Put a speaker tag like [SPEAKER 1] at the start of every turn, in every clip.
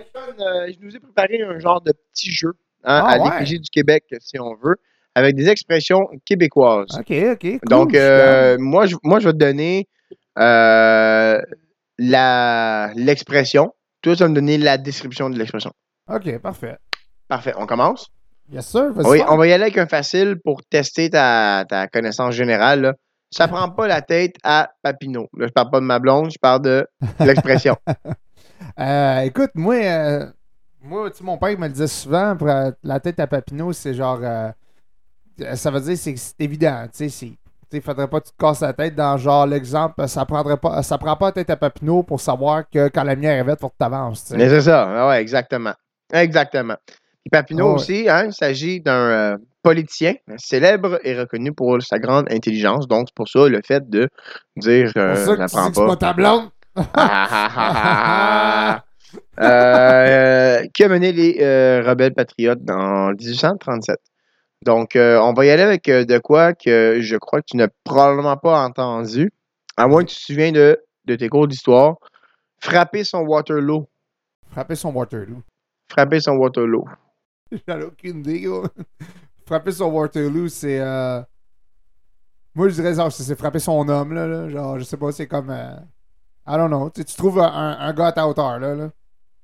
[SPEAKER 1] euh, je nous ai préparé un genre de petit jeu hein,
[SPEAKER 2] Ah
[SPEAKER 1] à
[SPEAKER 2] ouais.
[SPEAKER 1] l'effigie du Québec, si on veut, avec des expressions québécoises.
[SPEAKER 2] OK, OK. Ah, cool,
[SPEAKER 1] Donc,
[SPEAKER 2] je suis
[SPEAKER 1] euh, moi, je, moi, je vais te donner euh, la- l'expression. Toi, tu vas me donner la description de l'expression.
[SPEAKER 2] down. OK, parfait.
[SPEAKER 1] Parfait. On commence?
[SPEAKER 2] Yes, sir. Vas-y.
[SPEAKER 1] Oui,
[SPEAKER 2] fort.
[SPEAKER 1] on va y aller avec un facile pour tester ta, ta connaissance générale. là. Ça prend pas la tête à Papineau. Là, je parle pas de ma blonde, je parle de l'expression.
[SPEAKER 2] Euh, écoute, moi, euh, moi tu sais, mon père me le disait souvent pour euh, la tête à Papineau, c'est genre. euh, ça veut dire c'est c'est évident. Tu sais, c'est- tu sais, faudrait pas que tu te casses la tête dans genre l'exemple, ça prendrait pas ça prend pas la tête à Papineau pour savoir que quand la lumière arrive, faut que t'avances. tu sais.
[SPEAKER 1] Mais c'est ça. Ah Ouais, exactement. Exactement. Puis Papineau
[SPEAKER 2] Ah ouais.
[SPEAKER 1] aussi, hein, il s'agit d'un euh, politicien célèbre et reconnu pour sa grande intelligence. Donc, c'est pour ça le fait de dire euh,
[SPEAKER 2] C'est pour ça que
[SPEAKER 1] ça
[SPEAKER 2] tu
[SPEAKER 1] prend
[SPEAKER 2] dis que c'est pas
[SPEAKER 1] pas.
[SPEAKER 2] ta blonde.
[SPEAKER 1] Ah, ah, ah, ah, ah. Euh, qui a mené les euh, rebelles patriotes en 1837. Donc, euh, on va y aller avec euh, de quoi que je crois que tu n'as probablement pas entendu, à moins que tu te souviens de, de tes cours d'histoire. Frapper son Waterloo.
[SPEAKER 2] Frapper son Waterloo.
[SPEAKER 1] Frapper son Waterloo.
[SPEAKER 2] J'en ai aucune idée, gros. Frapper son Waterloo, c'est. euh, Moi, je dirais, genre, c'est c'est frapper son homme, là, là. Genre, je sais pas, c'est comme. euh, I don't know. Tu, sais, tu trouves un, un- un gars à ta hauteur, là. là.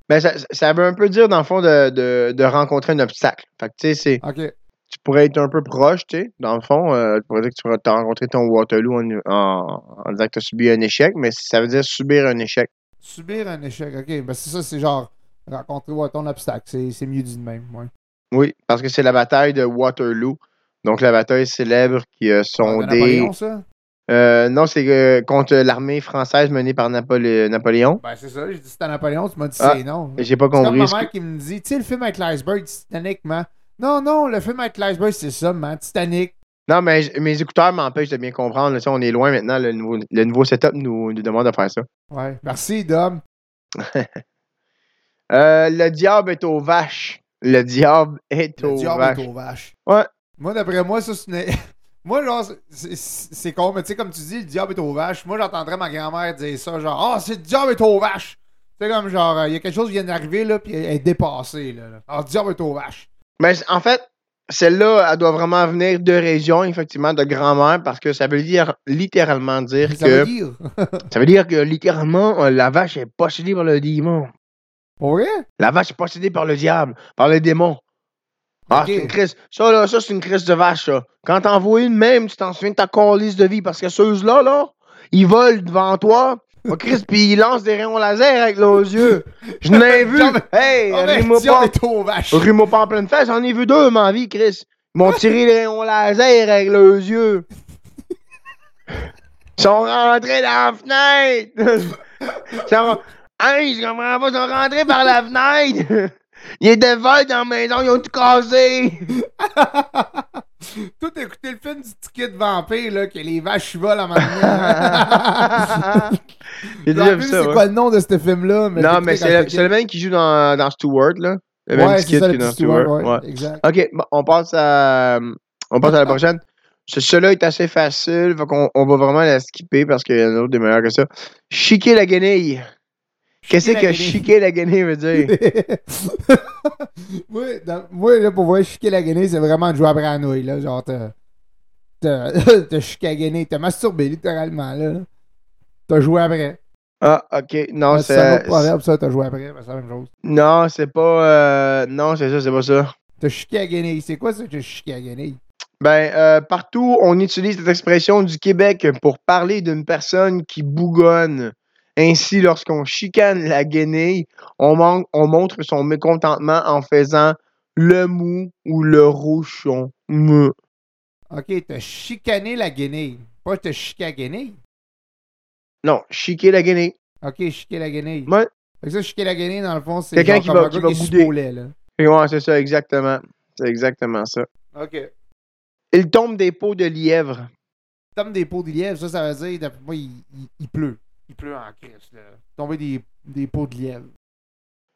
[SPEAKER 1] Ben, ça, ça veut un peu dire, dans le fond, de, de- de rencontrer un obstacle. Fait que, tu sais, c'est-
[SPEAKER 2] Ok.
[SPEAKER 1] tu pourrais être un peu proche, tu sais, dans le fond. euh, tu pourrais dire que tu pourrais t'as rencontré ton Waterloo en, en- en disant que tu as subi un échec, mais ça veut dire subir un échec.
[SPEAKER 2] Subir un échec, ok. Ben, c'est ça, c'est genre. Rencontrer ouais, ton obstacle, c'est c'est mieux dit de même, ouais.
[SPEAKER 1] Oui, parce que c'est la bataille de Waterloo. Donc, la bataille célèbre qui a
[SPEAKER 2] Ah, De
[SPEAKER 1] sondé.
[SPEAKER 2] Napoléon, ça?
[SPEAKER 1] Euh, non, c'est euh, contre l'armée française menée par Napolé- Napoléon.
[SPEAKER 2] Ben, c'est ça, j'ai dit c'était à Napoléon, tu m'as dit
[SPEAKER 1] Ah,
[SPEAKER 2] c'est non.
[SPEAKER 1] J'ai pas
[SPEAKER 2] C'est comme ma
[SPEAKER 1] compris. ce
[SPEAKER 2] mère qui me dit, tu sais, le film avec l'iceberg, Titanic, man. Non, non, le film avec l'iceberg, c'est ça, man. Titanic.
[SPEAKER 1] que- Non, mais j- mes écouteurs m'empêchent de bien comprendre. là, tu sais, on est loin maintenant. Le nouveau, le nouveau setup nous, nous demande de faire ça.
[SPEAKER 2] Ouais. Merci, Dom.
[SPEAKER 1] Euh, le diable est aux vaches. Le diable est
[SPEAKER 2] Le
[SPEAKER 1] aux
[SPEAKER 2] diable
[SPEAKER 1] vaches.
[SPEAKER 2] est aux vaches.
[SPEAKER 1] Ouais.
[SPEAKER 2] Moi, d'après moi, ça, c'est une- Moi, genre, c'est- c'est c'est con, mais tu sais, comme tu dis, le diable est aux vaches. Moi, j'entendrais ma grand-mère dire ça, genre, ah, c'est le diable est aux vaches. Tu sais, comme genre, euh, il y a quelque chose qui vient d'arriver, là, puis elle elle est dépassée, là. là. Ah, le diable est aux vaches.
[SPEAKER 1] Mais c- en fait, celle-là, elle doit vraiment venir de région, effectivement, de grand-mère, parce que ça veut dire littéralement dire
[SPEAKER 2] Ça
[SPEAKER 1] que.
[SPEAKER 2] veut dire.
[SPEAKER 1] Ça veut dire que littéralement, euh, la vache est possédée par le démon.
[SPEAKER 2] Pour vrai?
[SPEAKER 1] La vache est possédée par le diable, par le démon. Ah,
[SPEAKER 2] Ok.
[SPEAKER 1] c'est une crise. Ça, là, ça, c'est une crise de vache, ça. Quand t'en vois une même, tu t'en souviens de ta colise de vie, parce que ceux-là, là, ils volent devant toi. Oh, Chris, puis ils lancent des rayons laser avec leurs yeux. Je n'ai vu.
[SPEAKER 2] Diable-
[SPEAKER 1] Hey,
[SPEAKER 2] Ah, ben,
[SPEAKER 1] Eh, rime-moi
[SPEAKER 2] le diable
[SPEAKER 1] pas,
[SPEAKER 2] est aux vaches.
[SPEAKER 1] rime-moi pas en pleine face. J'en ai vu deux, ma vie, Chris. Ils m'ont tiré les rayons laser avec leurs yeux. Ils sont rentrés dans la fenêtre. Ils sont... Hey, je comprends pas, ils sont rentrés par la fenêtre. Ils étaient vols dans la maison, ils ont tout cassé.
[SPEAKER 2] Toi, t'as écouté le film du ticket de vampire, là, que les vaches volent à maintenant.
[SPEAKER 1] J'ai
[SPEAKER 2] Je me
[SPEAKER 1] déjà
[SPEAKER 2] rappelle
[SPEAKER 1] vu
[SPEAKER 2] plus
[SPEAKER 1] ça,
[SPEAKER 2] c'est
[SPEAKER 1] ouais.
[SPEAKER 2] quoi le nom de ce film-là? mais
[SPEAKER 1] Non,
[SPEAKER 2] j'ai
[SPEAKER 1] mais
[SPEAKER 2] écouté
[SPEAKER 1] c'est
[SPEAKER 2] quand
[SPEAKER 1] le,
[SPEAKER 2] j'étais
[SPEAKER 1] c'est le même qui joue dans, dans Stewart, là. Le
[SPEAKER 2] kid.
[SPEAKER 1] même
[SPEAKER 2] Ouais,
[SPEAKER 1] petit
[SPEAKER 2] c'est
[SPEAKER 1] kid
[SPEAKER 2] ça,
[SPEAKER 1] qui est
[SPEAKER 2] le
[SPEAKER 1] dans
[SPEAKER 2] petit Stewart,
[SPEAKER 1] Stewart.
[SPEAKER 2] ouais,
[SPEAKER 1] ouais.
[SPEAKER 2] exact.
[SPEAKER 1] OK, bon, on passe à, on passe à la prochaine. Ce- Celui-là est assez facile, fait qu'on on va vraiment la skipper parce qu'il y en a d'autres des meilleurs que ça. Chiquer la guenille. Qu'est-ce
[SPEAKER 2] Chiquer la
[SPEAKER 1] que
[SPEAKER 2] guenille.
[SPEAKER 1] chiquer la guenille veut dire?
[SPEAKER 2] moi, dans- moi, là, pour voir chiquer la guenille, c'est vraiment de jouer à branouille, là. Genre, te. te, te chiquer la guenille, te masturber littéralement, là. T'as joué après.
[SPEAKER 1] Ah, OK. Non,
[SPEAKER 2] Ouais, c'est un
[SPEAKER 1] c'est.
[SPEAKER 2] autre proverbe, ça, t'as joué après, ben, c'est la même chose.
[SPEAKER 1] Non, c'est pas. euh, non, c'est ça, c'est pas ça.
[SPEAKER 2] T'as chiqué la guenille. C'est quoi ça, t'as chiqué la guenille?
[SPEAKER 1] Ben, euh, partout, on utilise cette expression du Québec pour parler d'une personne qui bougonne. Ainsi, lorsqu'on chicane la guenille, on, man- on montre son mécontentement en faisant le mou ou le rouchon. Mou.
[SPEAKER 2] Ok, t'as chicané la guenille. Pas t'as chiqué la guenille.
[SPEAKER 1] Non, chiquer la guenille.
[SPEAKER 2] Ok, chiquer la guenille.
[SPEAKER 1] Ouais.
[SPEAKER 2] Fait que ça, chiquer la guenille, dans le fond, c'est
[SPEAKER 1] Quelqu'un
[SPEAKER 2] genre
[SPEAKER 1] qui va- qui
[SPEAKER 2] comme un gars
[SPEAKER 1] va
[SPEAKER 2] est sous
[SPEAKER 1] bouder.
[SPEAKER 2] au lait, là.
[SPEAKER 1] Et ouais, c'est ça, exactement. C'est exactement ça.
[SPEAKER 2] Ok.
[SPEAKER 1] Il tombe des peaux de lièvre.
[SPEAKER 2] Tombe des pots de lièvre, ça, ça veut dire, d'après moi, il, il- il pleut. Il pleut en crise, là. Tomber des, des pots de lièvre.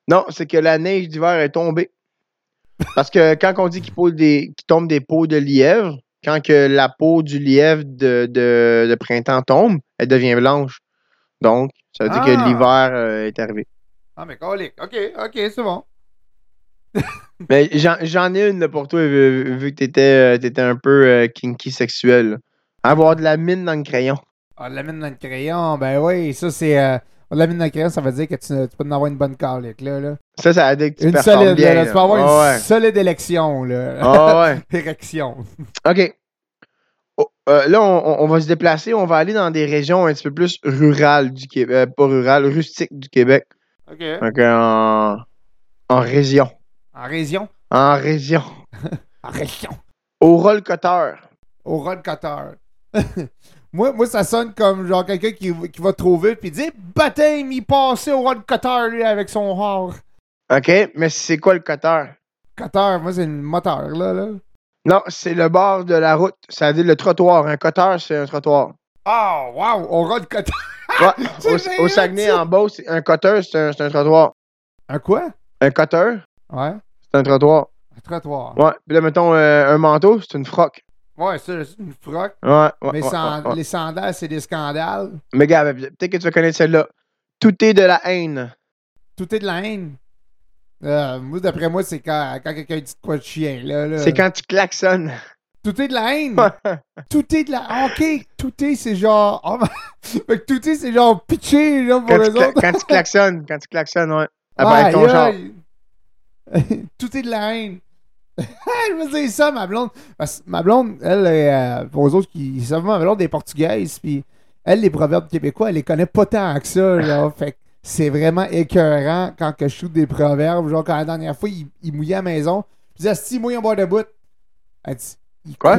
[SPEAKER 1] Non, c'est que la neige d'hiver est tombée. Parce que quand on dit qu'il pose des- qu'il tombe des peaux de lièvre, quand que la peau du lièvre de, de- de printemps tombe, elle devient blanche. Donc, ça veut dire
[SPEAKER 2] Ah.
[SPEAKER 1] que l'hiver euh, est arrivé.
[SPEAKER 2] Ah, mais colique. OK, OK, c'est bon.
[SPEAKER 1] Mais j'en- j'en ai une là, pour toi, vu, vu que t'étais euh, t'étais un peu euh, kinky sexuel. là. Avoir de la mine dans le crayon.
[SPEAKER 2] On de la mine dans le crayon, ben oui, ça c'est. euh, on de la mine dans le crayon, ça veut dire que tu, tu peux en avoir une bonne colique, là. là.
[SPEAKER 1] Ça, ça a dit que tu
[SPEAKER 2] Une
[SPEAKER 1] performes
[SPEAKER 2] solide,
[SPEAKER 1] bien.
[SPEAKER 2] là, là, tu peux
[SPEAKER 1] là.
[SPEAKER 2] avoir
[SPEAKER 1] Ah
[SPEAKER 2] une solide élection, là.
[SPEAKER 1] ouais. Ah ouais.
[SPEAKER 2] Érection.
[SPEAKER 1] OK. Oh, euh, là, on, on- on va se déplacer. On va aller dans des régions un petit peu plus rurales du Québec. euh, pas rurales, rustiques du Québec.
[SPEAKER 2] OK.
[SPEAKER 1] Donc, euh, en, en région.
[SPEAKER 2] En région.
[SPEAKER 1] En région.
[SPEAKER 2] En région.
[SPEAKER 1] Au roll cutter.
[SPEAKER 2] Au roll cutter. moi, moi, ça sonne comme genre quelqu'un qui, qui va trop vite puis dit Baptême, il passait au roll cutter, lui, avec son hard.
[SPEAKER 1] OK? Mais c'est quoi le cutter?
[SPEAKER 2] Cutter, moi, c'est le moteur, là. là.
[SPEAKER 1] Non, c'est le bord de la route. Ça veut dire le trottoir. Un cutter, c'est un trottoir.
[SPEAKER 2] Ah, wow, au roll cutter.
[SPEAKER 1] Ouais,
[SPEAKER 2] C'est
[SPEAKER 1] au, au
[SPEAKER 2] génial,
[SPEAKER 1] Saguenay,
[SPEAKER 2] ça.
[SPEAKER 1] en Beauce, c'est- un cutter, c'est un, c'est un trottoir.
[SPEAKER 2] Un quoi
[SPEAKER 1] Un cutter,
[SPEAKER 2] Ouais.
[SPEAKER 1] c'est un trottoir.
[SPEAKER 2] Un trottoir.
[SPEAKER 1] Ouais. Puis là, mettons, euh, un manteau, c'est une froc.
[SPEAKER 2] Ouais, ça, c'est une froc.
[SPEAKER 1] Ouais, ouais,
[SPEAKER 2] Mais
[SPEAKER 1] ouais,
[SPEAKER 2] sans-
[SPEAKER 1] ouais, ouais.
[SPEAKER 2] les sandales, c'est des scandales.
[SPEAKER 1] Mais gars, ben, peut-être que tu vas connaître celle-là. Tout est de la haine.
[SPEAKER 2] Tout est de la haine. Euh, moi, d'après moi, c'est quand, quand quelqu'un dit de quoi de chien. Là, là.
[SPEAKER 1] C'est quand tu klaxonnes.
[SPEAKER 2] Tout est de la haine.
[SPEAKER 1] Ouais.
[SPEAKER 2] tout est de la. Ah, Ok, tout est, c'est genre. Oh, fait que tout est, c'est genre pitché là, pour
[SPEAKER 1] quand,
[SPEAKER 2] les
[SPEAKER 1] tu cla-
[SPEAKER 2] autres.
[SPEAKER 1] quand tu klaxonnes, quand tu klaxonnes, ouais. Après,
[SPEAKER 2] Ah,
[SPEAKER 1] avec ben, ton genre.
[SPEAKER 2] aïe, aïe. tout est de la haine. Je me dis ça, ma blonde. Parce que ma blonde, elle, est, euh, pour les autres qui savent, ma blonde est portugaise, puis elle, les proverbes québécois, elle les connaît pas tant que ça. Là, fait que c'est vraiment écœurant quand que je shoot des proverbes. Genre, quand la dernière fois, il, il mouillait à la maison, je disais, si, mouille à boire de bout. Elle dit, il
[SPEAKER 1] Quoi?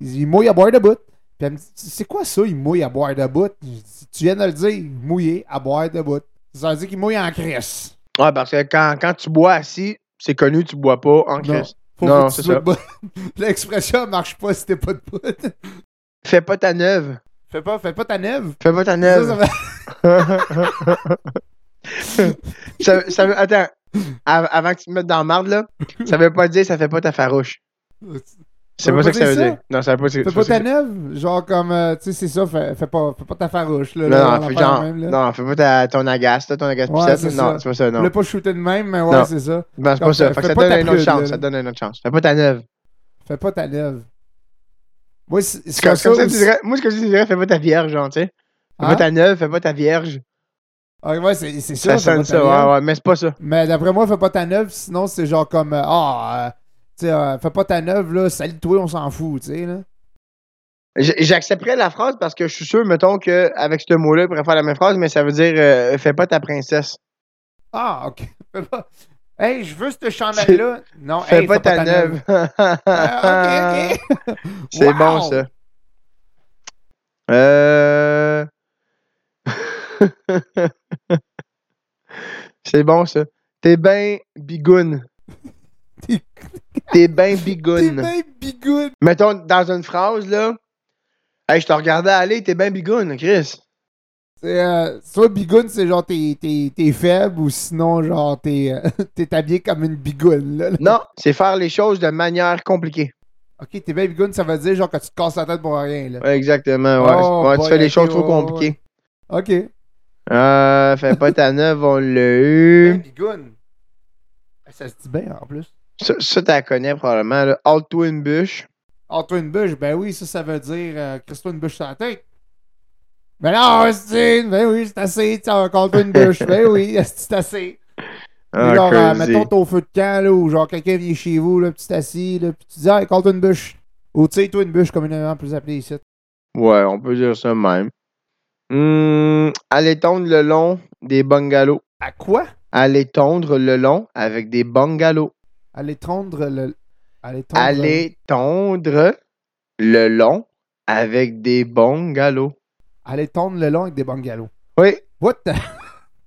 [SPEAKER 2] Il dit, il mouille à boire de bout. Puis elle me dit, c'est quoi ça, il mouille à boire de bout? Je dis, tu viens de le dire, mouiller à boire de bout. Ça veut dire qu'il mouille en crisse.
[SPEAKER 1] Ouais, parce que quand, quand tu bois assis, c'est connu, tu bois pas en
[SPEAKER 2] Non.
[SPEAKER 1] Christ.
[SPEAKER 2] Faut
[SPEAKER 1] Non,
[SPEAKER 2] que tu
[SPEAKER 1] c'est
[SPEAKER 2] sois
[SPEAKER 1] ça.
[SPEAKER 2] de bonne- L'expression marche pas si t'es pas de bonne.
[SPEAKER 1] Fais pas ta neuve.
[SPEAKER 2] Fais pas, fais pas ta neve.
[SPEAKER 1] Fais pas ta
[SPEAKER 2] Ça,
[SPEAKER 1] neuve.
[SPEAKER 2] ça va-
[SPEAKER 1] ça, ça veut- attends, Av- avant que tu te mettes dans le marde, là, ça veut pas dire ça fait pas ta farouche. C'est
[SPEAKER 2] Ça
[SPEAKER 1] pas
[SPEAKER 2] veut
[SPEAKER 1] ça
[SPEAKER 2] pas
[SPEAKER 1] que ça
[SPEAKER 2] dire
[SPEAKER 1] veut
[SPEAKER 2] ça?
[SPEAKER 1] dire. Non, ça veut pas dire
[SPEAKER 2] Fais pas ta neve. Genre comme, euh, tu sais, c'est ça, fais, fais pas, fais pas ta farouche. Là, là,
[SPEAKER 1] Non, non,
[SPEAKER 2] l'affaire
[SPEAKER 1] fais, genre,
[SPEAKER 2] même, là.
[SPEAKER 1] non, fais pas ta, ton agace, là, ton agace
[SPEAKER 2] Ouais,
[SPEAKER 1] pissette,
[SPEAKER 2] c'est
[SPEAKER 1] là. Non,
[SPEAKER 2] ça.
[SPEAKER 1] c'est pas ça, non.
[SPEAKER 2] Voulais pas shooter de même, mais ouais,
[SPEAKER 1] Non.
[SPEAKER 2] c'est ça.
[SPEAKER 1] Non, Ben, c'est
[SPEAKER 2] Comme
[SPEAKER 1] pas ça. Fait
[SPEAKER 2] ça,
[SPEAKER 1] que
[SPEAKER 2] fais
[SPEAKER 1] ça
[SPEAKER 2] pas
[SPEAKER 1] donne
[SPEAKER 2] ta
[SPEAKER 1] une autre
[SPEAKER 2] prude,
[SPEAKER 1] chance.
[SPEAKER 2] là.
[SPEAKER 1] Ça donne une autre chance. Fais pas ta neuve.
[SPEAKER 2] Fais pas ta neve. Moi, c'est
[SPEAKER 1] C'est
[SPEAKER 2] c'est
[SPEAKER 1] Comme,
[SPEAKER 2] ça
[SPEAKER 1] comme ça, tu
[SPEAKER 2] aussi-
[SPEAKER 1] dirais, moi, c'est comme ça, tu dirais, fais pas ta vierge, genre, tu sais. Fais
[SPEAKER 2] Hein?
[SPEAKER 1] pas ta neuve, fais pas ta vierge.
[SPEAKER 2] Ah, ouais, c'est c'est
[SPEAKER 1] Ça,
[SPEAKER 2] ça. fais
[SPEAKER 1] sonne
[SPEAKER 2] pas ta
[SPEAKER 1] ça,
[SPEAKER 2] neve.
[SPEAKER 1] ouais, ouais, mais c'est pas ça.
[SPEAKER 2] Mais d'après moi, fais pas ta neuve, sinon c'est genre comme, euh, ah, euh, tu sais, euh, fais pas ta neuve, là, salut-toi, on s'en fout, tu sais, là.
[SPEAKER 1] J- J'accepterais la phrase parce que je suis sûr, mettons, qu'avec ce mot-là, il pourrait faire la même phrase, mais ça veut dire euh, fais pas ta princesse.
[SPEAKER 2] Ah, ok. Fais pas- Hey, je veux ce chandail-là. Non,
[SPEAKER 1] Fais
[SPEAKER 2] hey,
[SPEAKER 1] pas ta neuve.
[SPEAKER 2] Ah, ok, ok.
[SPEAKER 1] C'est
[SPEAKER 2] Wow!
[SPEAKER 1] bon, ça. Euh... C'est bon, ça. T'es ben bigoune.
[SPEAKER 2] T'es-
[SPEAKER 1] T'es ben
[SPEAKER 2] T'es
[SPEAKER 1] bigoune.
[SPEAKER 2] bien bigoud.
[SPEAKER 1] Mettons, dans une phrase, là. Hey, je te regardais aller, t'es ben bigoune, Chris.
[SPEAKER 2] C'est, euh, soit bigoune, c'est genre t'es, t'es, t'es faible, ou sinon, genre t'es, euh, t'es habillé comme une bigoune, là.
[SPEAKER 1] Non, c'est faire les choses de manière compliquée.
[SPEAKER 2] Ok, t'es bien bigoune, ça veut dire genre que tu te casses la tête pour rien, là.
[SPEAKER 1] Ouais, exactement, ouais.
[SPEAKER 2] Oh,
[SPEAKER 1] Ouais, tu
[SPEAKER 2] boy,
[SPEAKER 1] fais les
[SPEAKER 2] ok,
[SPEAKER 1] choses trop
[SPEAKER 2] ouais, ouais,
[SPEAKER 1] compliquées.
[SPEAKER 2] Ok.
[SPEAKER 1] Euh, fais pas ta neuve, on l'a eu.
[SPEAKER 2] bigoune. Eh, Ça se dit bien, en plus.
[SPEAKER 1] Ça, ça t'as connais probablement, là. Halte-toi une bûche.
[SPEAKER 2] Entre une bûche, ben oui, ça, ça veut dire euh, crisse-toi une bûche sur la tête. Ben non, Austin, ben oui, c'est assez, tu encore une bûche, ben oui, c'est assez.
[SPEAKER 1] Ah,
[SPEAKER 2] genre, euh,
[SPEAKER 1] crazy.
[SPEAKER 2] mettons, t'es au feu de camp, là, ou genre, quelqu'un vient chez vous, là, puis tu t'assis, là, puis tu dis, ah, compte une bûche. Ou tu sais, toi, une bûche, communément plus appelée ici.
[SPEAKER 1] Ouais, on peut dire ça de même. Hum, aller tondre le long des bungalows.
[SPEAKER 2] À quoi?
[SPEAKER 1] Aller tondre le long avec des bungalows.
[SPEAKER 2] Aller tondre le. Aller tondre.
[SPEAKER 1] Aller tondre le long avec des bungalows.
[SPEAKER 2] Aller tondre le long avec des bungalows.
[SPEAKER 1] Oui,
[SPEAKER 2] What the?